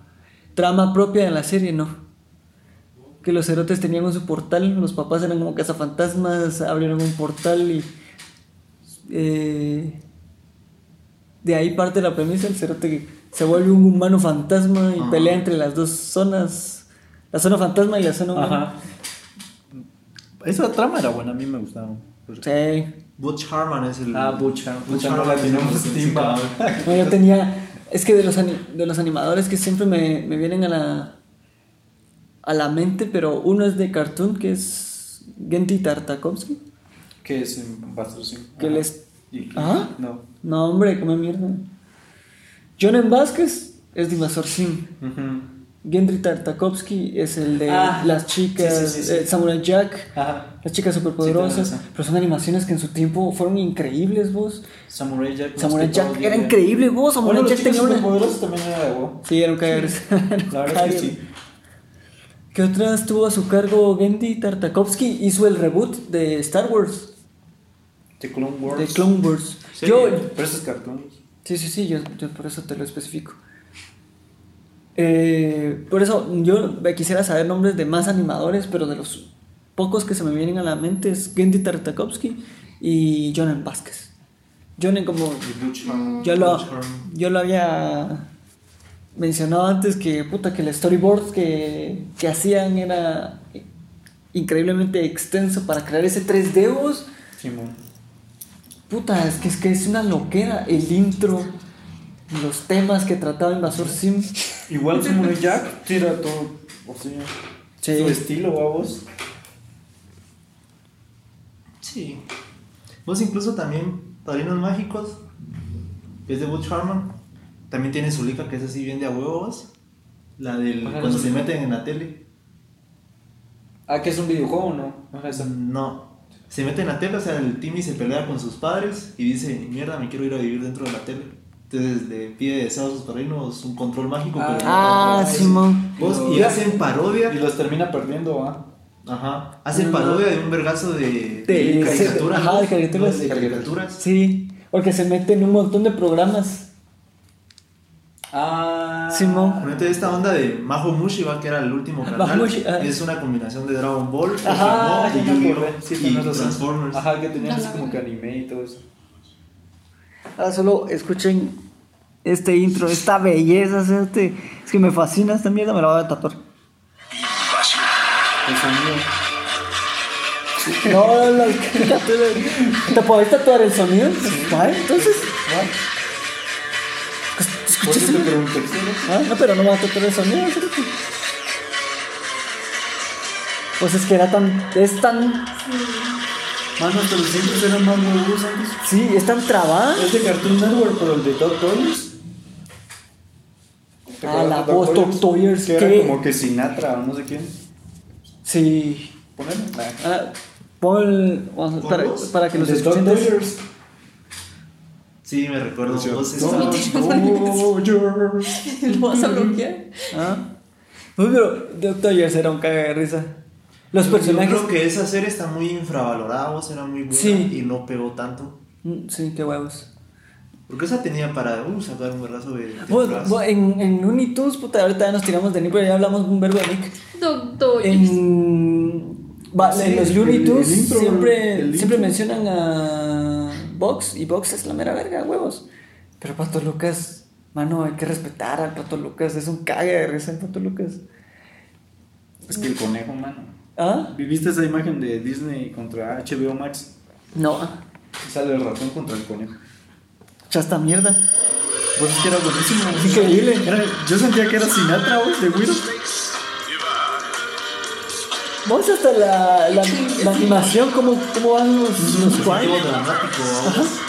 trama propia de la serie, no. Que los cerotes tenían un su portal, los papás eran como cazafantasmas, abrieron un portal y. eh, de ahí parte la premisa, el cerote que se vuelve un humano fantasma y Ajá. pelea entre las dos zonas, la zona fantasma y la zona humana. Ajá. Esa trama era buena, a mí me gustaba. Pero- Sí. Butch Harman es el. Ah, Butch Harman. Butch Puta, no Harman la es el tenemos, principal. Timba. No, yo tenía. Es que de los, ani- de los animadores que siempre me, me vienen a la. a la mente, pero uno es de cartoon, que es. Genti Tartakovsky. Que es un patrocinio. Que Ajá. les- Y que- Ajá. No. No, hombre, come mierda. Jonen Vázquez es Divasor Sim. Ujú. Gendry Tartakovsky es el de Ah, las chicas, sí, sí, sí, sí. eh, Samurai Jack, Ajá. las chicas superpoderosas, Sí, tenés razón. pero son animaciones que en su tiempo fueron increíbles, vos. Samurai Jack. Este Samurai respetado Jack día era a día. increíble, vos. Samurai Bueno, los Jack tenía chicos una. superpoderosos también era de huevo. Sí, era un cagres. La verdad es que sí. ¿Qué otras tuvo a su cargo Gendy Tartakovsky? Hizo el reboot de Star Wars, The Clone Wars. de Clone Wars. Sí, Yo, Pero esos cartones. sí, sí, sí, yo, yo por eso te lo especifico. Eh, por eso yo quisiera saber nombres de más animadores, pero de los pocos que se me vienen a la mente es Gendy Tartakovsky y Jonan Vázquez. Jonan como Y Butch Harmon. yo lo, Butch Harmon. yo lo había mencionado antes que puta que el storyboard que, que hacían era increíblemente extenso para crear ese 3D vos. Simón. Puta, es que es que es una loquera el intro, los temas que trataba Invasor Sim. Igual Samurai Jack tira todo. O sea, Sí. Pues, su estilo, a vos. Sí. Vos incluso también, Padrinos Mágicos, que es de Butch Harmon, también tiene su lica que es así bien de a huevos. La del ¿Cuál era cuando su se lica? meten en la tele. Ah, que es un videojuego, ¿no? No es eso. No. Se meten en la tele, o sea, el Timmy se pelea con sus padres y dice, mierda, me quiero ir a vivir dentro de la tele. Entonces le pide deseo a sus padrinos un control mágico. Ah. pero no Ah, tanto. Simón. Vos- y Mira. hacen parodia. Y los termina perdiendo, ¿ah? Ajá. Hacen parodia de un vergazo de, De- caricaturas. ajá, de caricaturas. ¿no? De caricaturas. Sí, porque se mete en un montón de programas. Ah. Simón. Ponete esta onda de Majo Mushi, va, que era el último canal. Majo Mushi, ah. ajá. Es una combinación de Dragon Ball, Ajá, Pokémon ya y me Yu-Gi-Oh! acordé. Sí, y tenés razón. Transformers. Ajá, que tenían No, así no, como no. que anime y todo eso. Ahora Ah, solo escuchen este intro, esta belleza, este, es que me fascina esta mierda, me la voy a tatuar. El sonido. No, la caricatura. ¿Te podés tatuar el sonido? Ah, Entonces, ¿Escuchaste? Te pregunté, ¿sí, no? ah, no, pero no me vas a tatuar el sonido. creo que. Pues es que era tan, es tan, Mano, hasta los siempre eran más nuevos antes. sí, es tan trabada. Es de Este Cartoon Network, pero el de Top Toys. ¿Te Ah, acuerdas la de Doc voz, Toyers? Doc Toyers, Que ¿qué? era como que Sinatra o no sé quién. Sí. Ponerlo. Nah. Ah, Paul, vamos a- para, ¿Vos? para que El los de Top escuchen. Toyers. Sí, me recuerdo. Vos Doc estaba- Toyers. ¿Lo vas a bloquear? Ah. Uy, pero Doc Toyers era un caga de risa. Los Yo personajes. creo que esa serie está muy infravalorada, vos era muy buena Sí. y no pegó tanto. Mm, Sí, qué huevos. Porque esa tenía para uh, sacar un vergazo de. de Vos- temporadas. vos, en, en Looney Tunes, puta, ahorita ya nos tiramos de Nick, pero ya hablamos un verbo de Nick. Doctor. En, va, Sí, en los el- Looney el Tunes intro, siempre, el siempre intro. mencionan a Box y Box es la mera verga, huevos. Pero Pato Lucas, mano, hay que respetar al Pato Lucas, es un caga de risa el Pato Lucas. Es que el conejo, mano. ¿Ah? ¿Viviste esa imagen de Disney contra HBO Max? No, Sale el ratón contra el conejo. chasta mierda. Pues es que era buenísimo. Es increíble. Era- yo sentía que era Sinatra, güey, de Weird. Vamos hasta la, la, la animación, cómo, cómo van los, los Todo cuadros. dramático, vos.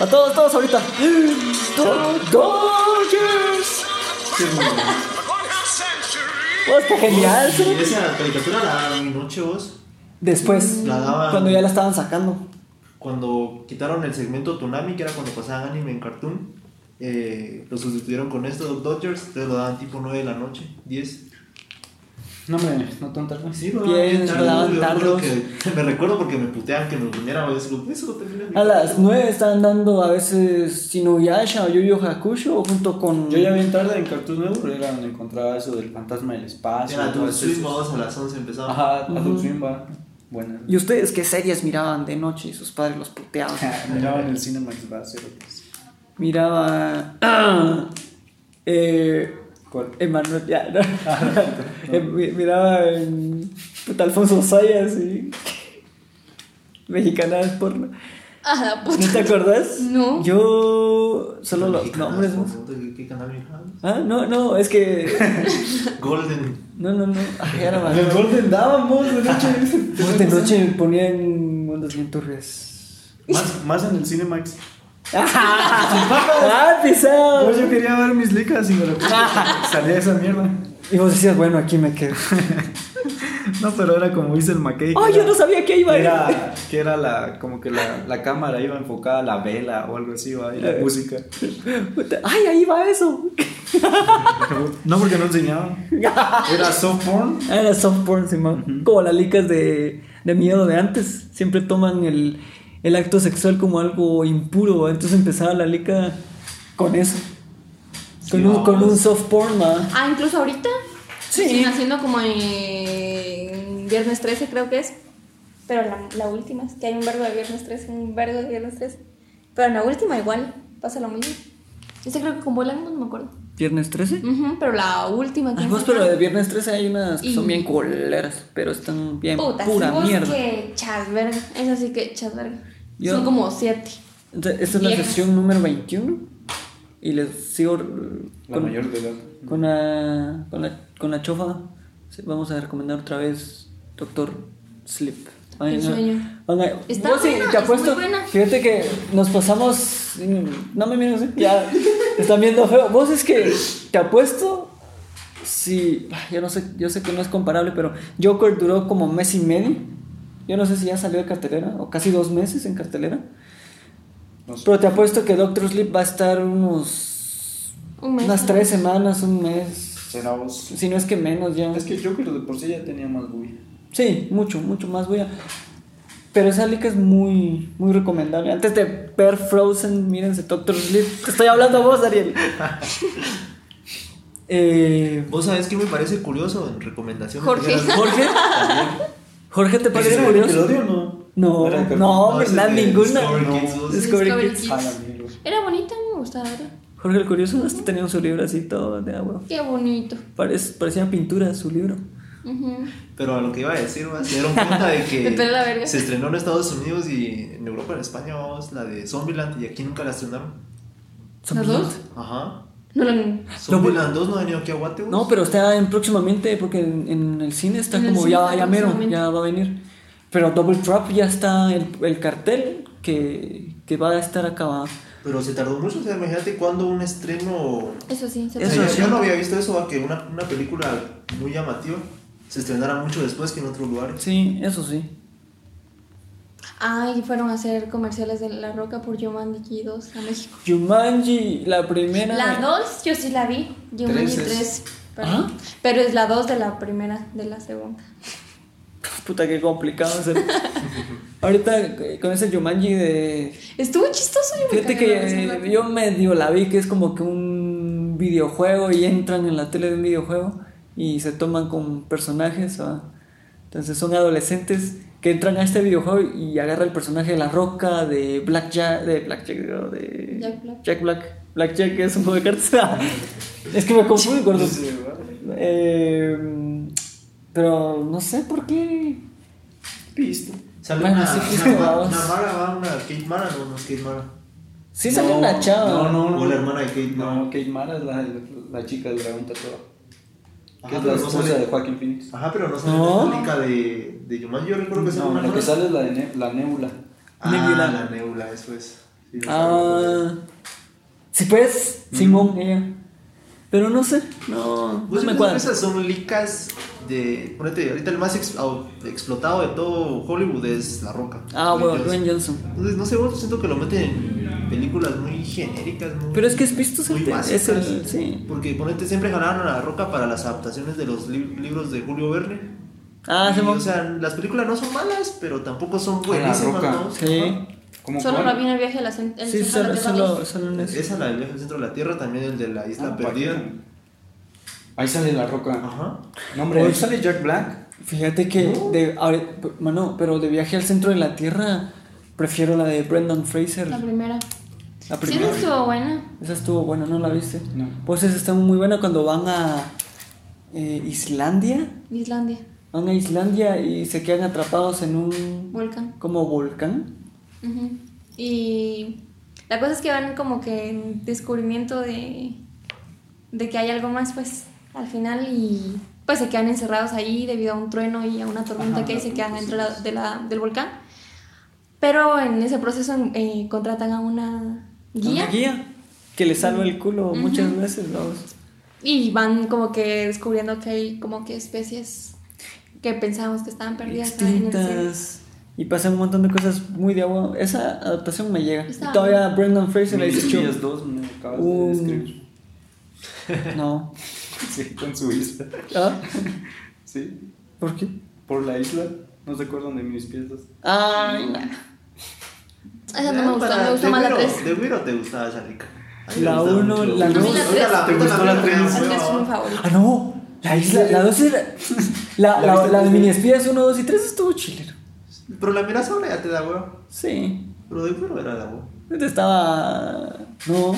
A todos, todos ahorita. Doc Dodgers. Oh, está genial. Y esa caricatura la daban en noche vos. Después, La daban. cuando ya la estaban sacando. Cuando quitaron el segmento Tsunami, que era cuando pasaban anime en Cartoon, eh, lo sustituyeron con esto, Doc Dodgers, entonces lo daban tipo 9 de la noche, 10. No, me, no tan tarde. Sí, lo Bien, bien tarde, lo daban yo me acuerdo tarde. que- Me recuerdo porque me puteaban que me uniera, güey, eso, eso lo terminé A las 9 estaban dando a veces Sinuyasha o Yuyo Hakusho junto con. Yo ya bien tarde en Cartoon Network era donde encontraba eso del fantasma del espacio. Era Adult todas Swim, esas- vamos a las 11 empezaba. Ajá, Adult Swim va. Buena. ¿Y ustedes qué series miraban de noche y sus padres los puteaban? Miraba en el cine Max va, cero, pues. Miraba. eh. ¿Cuál? Ah, Emanuel, ya, no. Eh, mi- Miraba en. Puta Alfonso Sayas y. Mexicanas porno. A Ah, la puta. ¿No te acordás? No. Yo. Solo los Mexicanas, nombres. ¿no? por favor, ¿Qué canal miraban? Ah, no, no, es que. Golden. No, no, Ah, no. Ay, ahora me En el acuerdo. Golden dábamos de noche. Pues de noche me ponían ondas bien turbias. Más, más en el cine Max. ¡Ah, pisado! Pues yo quería ver mis licas y me lo puse. Salía esa mierda. Y vos decías, bueno, aquí me quedo. No, pero era como dice el McKay. ¡Ay, yo no sabía que iba a ir! Era, que era la, como que la, la cámara iba enfocada a la vela o algo así, ¿va? y Eh. la música. Puta, ¡Ay, ahí va eso! No, porque no enseñaba. Era soft porn. Ah, Era soft porn, Simón. Como las licas de, de miedo de antes. Siempre toman el, el acto sexual como algo impuro. ¿va? Entonces empezaba la lica con eso. Con, Sí, un, no, con un pues. soft porn, ¿va? Ah, incluso ahorita. Sí. Siguen haciendo como en Viernes 13, creo que es. Pero la, la última, es que hay un vergo de Viernes 13, un vergo de Viernes 13. Pero en la última igual pasa lo mismo. Este creo que con Bolan no me acuerdo. ¿Viernes 13? Ujú, pero la última que Ay, Ah, vos, sacaron. pero de viernes 13 hay unas que son Y- bien culeras, pero están bien Puta, pura sí, vos mierda. que chas verga. Eso sí que chas verga. Yo- Son como siete. Entonces, esta es la Viernes. sesión número 21 y les sigo eh, La con, mayor de edad. con la, con, la, con la chofa. Sí, Vamos a recomendar otra vez Doctor Sleep. Ay, El no. sueño. Ay, no. Está Vos sí, buena, te es apuesto. muy buena. Fíjate que nos pasamos. mm, No me mires, eh, ya. te Están viendo feo. Vos es que te apuesto. Si. ah, Yo no sé, yo sé que no es comparable, pero Joker duró como mes y medio. Yo no sé si ya salió de cartelera o casi dos meses en cartelera. No sé. Pero te apuesto que Doctor Sleep va a estar unos. Un mes, unas ¿no? tres semanas, un mes. Será vos. Si no es que menos ya. Es que Joker de por sí ya tenía más bulla. Sí, mucho, mucho más voy a... Pero esa lica es muy, muy recomendable. Antes de ver Frozen, mírense Doctor Sleep. Te estoy hablando a vos, Ariel. Eh, Vos sabés que me parece curioso en recomendación. Jorge. Jorge. Jorge, ¿te parece curioso? odio no? No, Era de no, Cartoon hombre, ese nada, es de ninguna. Discovery No. Kids, vos. Discovery Discovery Kids. Kids. A la mierda. Era bonita, me gustaba. era- Jorge el Curioso hasta tenía su libro así todo de agua. Qué bonito. Parec- parecía pintura su libro. Ujú. Pero a lo que iba a decir, va, se dieron cuenta de Me peló la que verga. se estrenó en Estados Unidos y en Europa, en España, vamos, la de Zombieland y aquí nunca la estrenaron. ¿Las dos? Ajá. No, no, no. Zombieland 2 no ha venido aquí a Guate. vos. pues, No, pero está en próximamente, porque en, en el cine está En el como cine ya, está ya mero, próximamente. ya va a venir. Pero Double Trap ya está el, el cartel que, que va a estar acabado. Pero se tardó mucho, o sea, imagínate cuando un estreno... Eso sí, se Eso o sea, yo- sí. yo, no había visto eso, va, que una, una película muy llamativa se estrenara mucho después que en otros lugares. Sí, eso sí. Ah, y fueron a hacer comerciales de La Roca por Jumanji 2 a México. Jumanji, la primera. La 2 yo sí la vi, Jumanji Tres 3. es- Ah. perdón. Pero es la 2 de la primera, de la segunda. Puta, qué complicado hacer. Ahorita eh, con ese Jumanji de. Estuvo chistoso. yo me Fíjate cagué la risa, que ¿verdad? eh, yo medio la vi, que es como que un videojuego y entran en la tele de un videojuego y se toman con personajes. ¿va? Entonces son adolescentes que entran a este videojuego y agarra el personaje de la roca, de Black Jack, de Black Jack, digo, de Jack Black. Jack Black. Black Jack es un juego de cartas. es que me confundo con los... Eh, pero no sé por qué. Pisto. Sale Bueno, una, sí, una- sí, una, vamos. una Mara, va, una Kate Mara, no, no es Kate Mara. Sí salió una chava. No, no, no. O la hermana de Kate Mara. No, Kate Mara es la, la chica del dragón tatuado. Que Ajá, es la Ah, pero no esposa sale- Ah, de Joaquin Phoenix. Ajá, pero no sale No. la técnica de, de Jumanji, yo recuerdo que sale No, una la que Mara. sale es la de ne- la Nebula. Ah, Nebula. la nebula, eso es. Sí, no sabe. Ah. Sí, pues, Simón, ella. Pero no sé, no, no Mm. Pues me esas- cuadra. Esas son licas de. Ponete, ahorita el más ex- au- explotado de todo Hollywood es La Roca. Ah, Dwayne bueno, Dwayne Johnson. Johnson. Entonces, no sé, vos siento que lo meten en películas muy genéricas. Muy, Pero es que es visto, muy gente, es básicas. el- sí. Porque ponete, siempre jalaron a La Roca para las adaptaciones de los li- libros de Julio Verne. Ah, Y, Simón. O sea, las películas no son malas, pero tampoco son buenísimas. Roca. ¿no? Sí, ¿Cómo Solo cuál? la vi en el viaje a la cen- el sí, centro solo, de la Tierra solo, dos. solo en eso. Esa, la del viaje al centro de la Tierra, también el de la Isla Ah, Perdida. Joaquin. Ahí sale la roca. Ajá. No, hombre, Oye. ahí sale Jack Black. Fíjate que, de, ahora- p- mano, pero de viaje al centro de la tierra, prefiero la de Brendan Fraser. La primera. La Sí, primera. esa estuvo buena. Esa estuvo buena, ¿no la viste? No. Pues esa está muy buena cuando van a eh, Islandia. de Islandia, Van a Islandia y se quedan atrapados en un. volcán. como volcán. Ujú. Y la cosa es que van como que en descubrimiento de, de que hay algo más, pues, al final y pues se quedan encerrados ahí debido a un trueno y a una tormenta Ajá, que hay, se la quedan tormenta, dentro de la- de la- del volcán. Pero en ese proceso eh, contratan a una guía Una guía que le salva el culo Ujú. muchas veces, vamos. y van como que descubriendo que hay como que especies que pensábamos que estaban perdidas ahí en el cielo. Extintas. Y pasan un montón de cosas muy de agua. Esa adaptación me llega. Está Y todavía Brendan Fraser le Mil dice espías dos, me acabas Uh. de describir. No. Sí, con su isla. ¿Ah? Sí, ¿Por qué? por la isla. No se acuerdan de mis piezas. Ay, nah. Esa no me gustó, Para- me gustó de más la Güiro- 3. De Güiro te gustaba esa rica. A mí me La gustaba uno, mucho. la A mí dos. ahorita la- ¿Te ahorita gustó la la tres? tres, La 3 es hueva. mi favorita. Ah, no. La isla, la 2 era. La, la, la de mini espías 1, 2 y 3 estuvo chilero. Pero la miras ahora ya te da huevo. Sí. Este Pero de Güiro era la huevo. Estaba. No.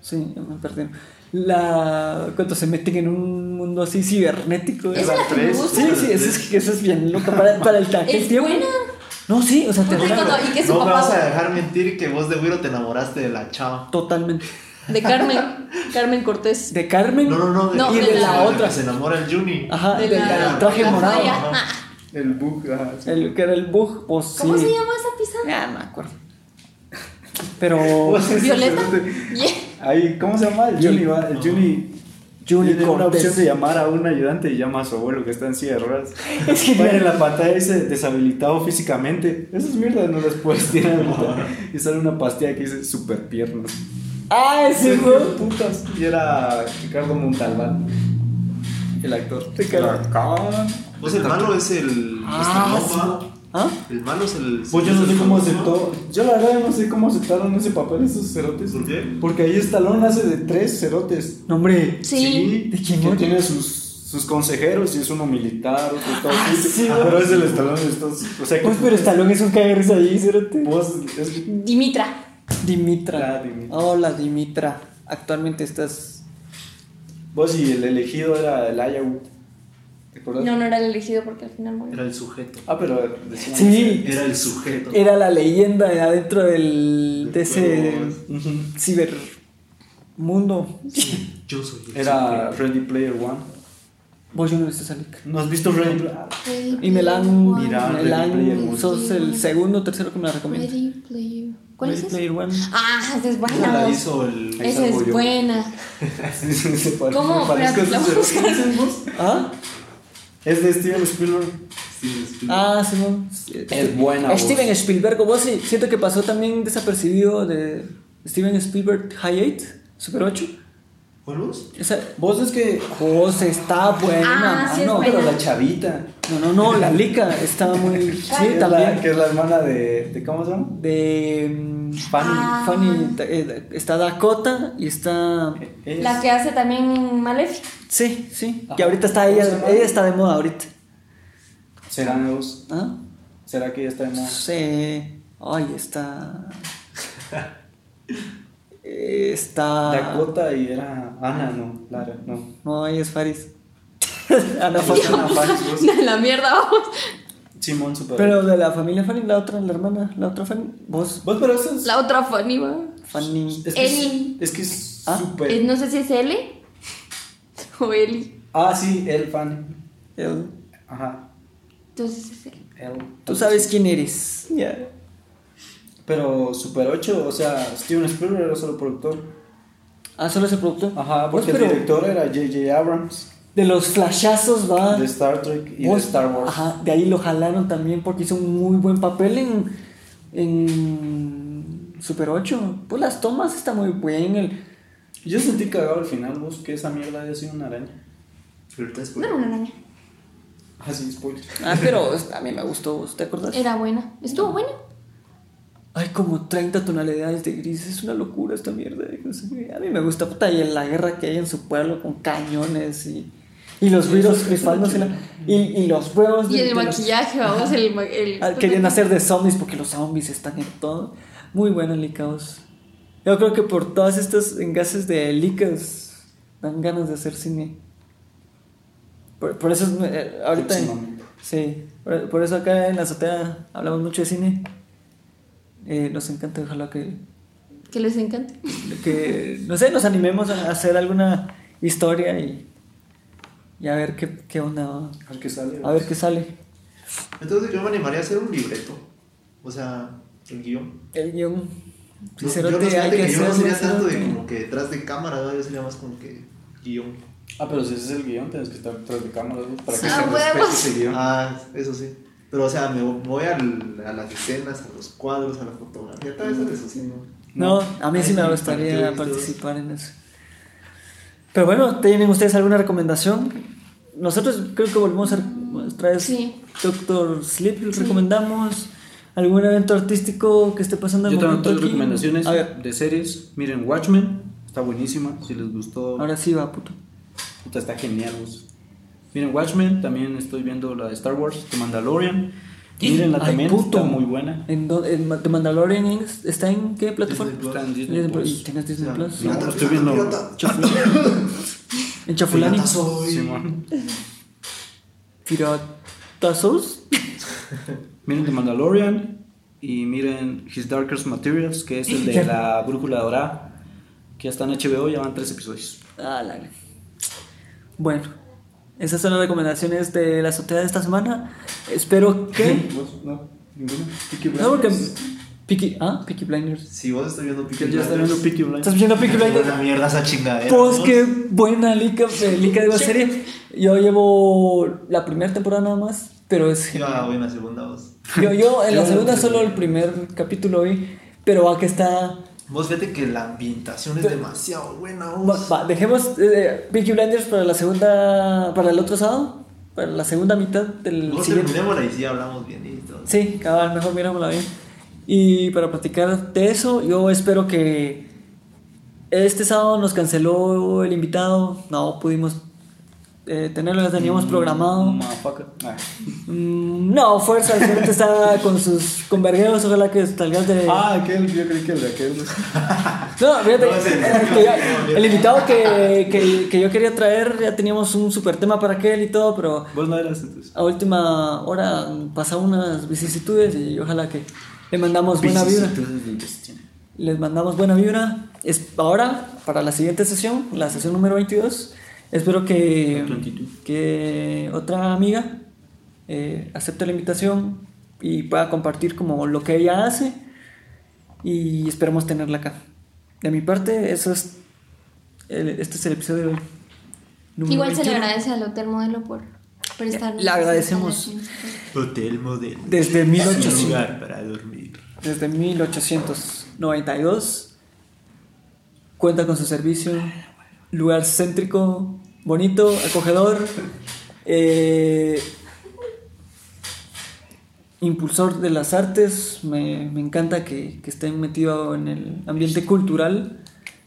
Sí, ya me perdí. La. Cuando se meten en un mundo así cibernético. Esa es la que me tres. gusta. Sí, sí, eso es, eso es bien loco para, para el aquel Es tiempo. buena. No, sí, o sea, te re- Porque cuando- y que su no me papá- vas a dejar mentir que vos de Güiro te enamoraste de la chava. totalmente. De Carmen, Carmen Cortés. De Carmen No, no, no. No, y de, de la, la- que otra. Se enamora el Juni. Ajá, de del la- Ah. del Ah, traje la morado. falla. Ajá. El bug, ajá. sí. El que era el bug, pues sí. ¿Cómo se llama esa pizza? Ah, no me acuerdo. Pues, Pero. ¿Violeta? Yeah. Ahí, ¿cómo se llama? El Juni, va, el Juni. Juni tiene una opción Cortés. de llamar a un ayudante y llama a su abuelo que está en silla de ruedas. Vaya, la pantalla dice deshabilitado físicamente. Esas mierdas no las puedes tirar. ahorita. y sale una pastilla que dice super piernas. Ah, ese juego. putas. Y era Ricardo Montalbán, el actor. Ricardo. El actor. Pues el malo es el. Ah, Estampa. ¿Ah? El malo es el. Pues yo no sé cómo aceptó. Yo la verdad no sé cómo aceptaron ese papel esos cerotes. ¿Por qué? Porque ahí Stallone hace de tres cerotes. No, hombre. Sí. ¿De quién que era? tiene sus, sus consejeros y es uno militar, otro está oficio. sí, Ah, güey. pero es el Stallone de estos. O sea, que Pues, pero Stallone es un cagarris ahí, cérate. vos es Dimitra. Dimitra. La Dimitra. Hola, Dimitra. Actualmente estás. Vos y el elegido era el Ayahu. ¿Te acuerdas? No, no era el elegido porque al final murió. Era el sujeto. Ah, pero decían. Sí, Era el sujeto. era la leyenda de adentro del. de ese. Ujú. cibermundo. Yo soy el Era sujeto. Ready Player One. Vos yo no he visto esa lica. ¿No has visto Ready Player Y me la han. Mira, me la han- Ready Player One. Sos el segundo o tercero que me la recomienda. Ready Player. ¿Cuál Ready es esa? Player One. Ah, esa es Esa buena. la vos. hizo el. Esa es Apoyo. buena. ¿Cómo? ¿Cómo? Espérate, la voy a buscar. ¿Ah? Es de Steven Spielberg. Sí, Ah, Simón. Es buena voz. Steven Spielberg, vos sí, siento que pasó también desapercibido de Steven Spielberg High 8, Super 8. ¿Juegos? Esa Vos es que. voz está buena. Ah, sí es no, buena. Pero la chavita. no, no, no, la lica estaba muy. Que Sí, es la- que también. es la hermana de. de ¿Cómo se llama? De. mm, Fanny. Ah. Fanny, eh, está Dakota y está. Es- La que hace también Malefic. Sí, sí. Ajá. Y ahorita está ¿Cómo se ella, llama? ella está de moda ahorita. ¿Será nuevos? ¿Ah? ¿Será que ya está de moda? Sí. Ay, está. Eh, Está. Dakota y era Ana, no, Lara, no. No, ahí es Faris. Ana Faris. Ana Faris, vos. De la mierda, vamos. Simón Super. Pero de la familia Fanny, la otra, la hermana, la otra Fanny, vos, Vos, pero eso es. La otra funny, va. Fanny. Es que Eli. es, es, que es Ah. super. Eh, No sé si es L o Eli. Ah, sí, el fan. el- Ajá. Entonces es L. El. Tú sabes quién eres. Pero Super 8, o sea, Steven Spielberg era solo productor. Ah, solo ese producto. Ajá, vos, porque pero el director era J.J. Abrams de los flashazos va. de Star Trek y Ah. vos- de Star Wars. Ajá, de ahí lo jalaron también porque hizo un muy buen papel en. en Super 8. Pues las tomas está muy bien. El, Yo sentí cagado al final, vos, que esa mierda haya sido una araña. Ahorita es No era una araña. Ah, sí, spoiler. ah, pero a mí me gustó, ¿vos ¿te acordás? Era buena. Estuvo buena. Hay como 30 tonalidades de gris, es una locura esta mierda. no sé qué. A mí me gusta, puta, y la guerra que hay en su pueblo con cañones y, y los virus rifándose la- y, y los huevos Y de- el de los- maquillaje, vamos. El, ma- el- Ah, querían hacer de zombies porque los zombies están en todo. Muy bueno, Licaos. Yo creo que por todas estas engases de Licaos dan ganas de hacer cine. Por, por eso, es- eh, ahorita. Próximamente. Sí, por, por eso acá en la azotea hablamos mucho de cine. Eh, nos encanta, ojalá que, Que les encante. que, no sé, nos animemos a hacer alguna historia y, y a ver qué, qué onda, va. A ver qué sale. pues. a ver qué sale. Entonces yo me animaría a hacer un libreto. O sea, el guión. El guión. No, Sincero, yo no, hay fíjate que que yo no hacerlo, sería tanto de cerote. como que detrás de cámara, ¿no? yo sería más como que guión. Ah, pero si ese es el guión, tienes que estar detrás de cámara ¿no? para que Ah, se respete huevos. ese guión. Ah, eso sí. Pero o sea, me me voy al- a las escenas, a los cuadros, a la fotografía, todo eso, eso sí, ¿no? No, a mí sí me Ay, sí, para gustaría que- participar en eso. Pero bueno, ¿tienen ustedes alguna recomendación? Nosotros creo que volvemos a otra vez Sí. Doctor Sleep, lo recomendamos. ¿Algún evento artístico que esté pasando en Yo el tengo momento tres aquí? recomendaciones A ver, de series. Miren, Watchmen, está buenísima. Si les gustó, ahora sí va, puto. puta, está genial. vos. Miren, Watchmen, también estoy viendo la de Star Wars, The Mandalorian. Mírenla Ay, también, puto. está muy buena. ¿En dónde- en Ma- ¿The Mandalorian es- está en qué plataforma? Disney Plus. Está en Disney Disney Plus. ¿Y Plus. tienes Disney Ya. Plus? No, Pirata, estoy pirata, viendo pirata. ¿En Chafulani? Pirata soy. Simón. ¿Piratazos? Miren The Mandalorian y miren His Darkest Materials, que es el de la brújula dorada, que ya está en HBO, ya van tres episodios. Ah, la gran. Bueno, Esas son las recomendaciones de la azotea de esta semana. Espero que. ¿Vos? No, ninguno. Peaky No, porque. Blinders. Peaky, ¿Ah? Peaky Blinders. Si vos estás viendo Peaky Que ya está viendo Blinders, Peaky ¿Estás Blinders. viendo Peaky qué Blinders? buena mierda esa chingadera. Pues ¿no? qué buena lica, eh, lica de la serie. Yo llevo la primera temporada nada más, pero es Yo hago ah, en la segunda voz. Yo, yo en la segunda solo el primer capítulo vi, pero va que está... Vos vete que la ambientación es demasiado buena, Va, vos. va, dejemos eh, Peaky Blinders para la segunda... para el otro sábado, para la segunda mitad del Vos siguiente. terminémosla y sí hablamos bien y todo. Sí, cabal, mejor mirámosla bien. Y para platicar de eso, yo espero que este sábado nos canceló el invitado, no pudimos eh, tenerlo, lo Mm. teníamos programado. Motherfucker. Ah. Mm, no, fuerza, el señor te está con sus convergueros, ojalá que salgas de... Ah, aquel, yo creí que el de aquel. No, fíjate, eh, No, sí, que ya- el invitado que, que- que yo quería traer, ya teníamos un super tema para aquel y todo, pero Vos no eras entonces. a última hora pasaron unas vicisitudes y ojalá que le mandamos buena vibra. Vicisitudes del destino. Les mandamos buena vibra. Es, ahora, para la siguiente sesión, la sesión número 22, espero que, que otra amiga eh, acepte la invitación y pueda compartir como lo que ella hace y esperamos tenerla acá. De mi parte, eso es el- este es el episodio número Igual se le 21. agradece al Hotel Modelo por prestarnos. Le agradecemos. Hotel modelo. Desde Un 1800. lugar para dormir. desde 1892. Cuenta con su servicio, lugar céntrico, bonito, acogedor, eh, impulsor de las artes. Me, me encanta que, que estén metidos en el ambiente cultural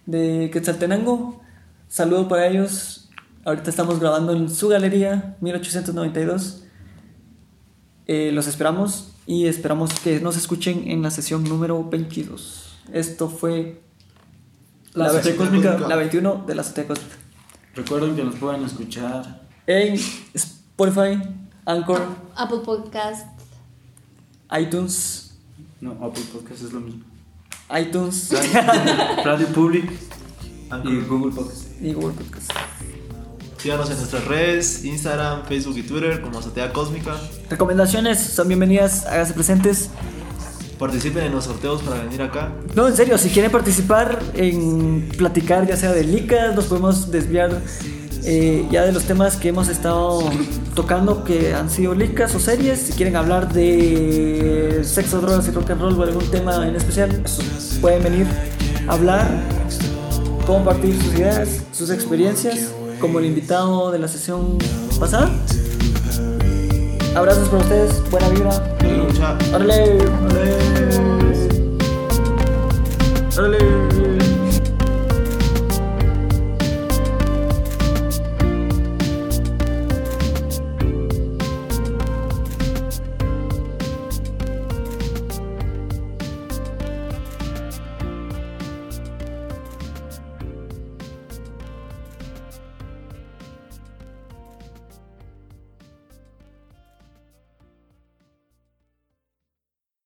de Quetzaltenango. Saludo para ellos. Ahorita estamos grabando en su galería, 1892. Eh, los esperamos y esperamos que nos escuchen en la sesión número 22. Esto fue La la, Azotea Cósmica, Cósmica. la 21 de la Azotea Cósmica. Recuerden que nos pueden escuchar En Spotify, Anchor, Apple Podcast. iTunes, No, Apple Podcast es lo mismo. iTunes Radio Public y Anchor. Google Podcast. y Google Podcast. Síganos en nuestras redes, Instagram, Facebook y Twitter como Azotea Cósmica. Recomendaciones son bienvenidas, hágase presentes. Participen en los sorteos para venir acá. No, en serio, si quieren participar en platicar, ya sea de licas, nos podemos desviar eh, ya de los temas que hemos estado tocando, que han sido licas o series. Si quieren hablar de sexo, drogas y rock and roll o algún tema en especial, pueden venir a hablar, compartir sus ideas, sus experiencias, como el invitado de la sesión pasada. Abrazos para ustedes, buena vibra. Lucha. ¡Órale! ¡Órale!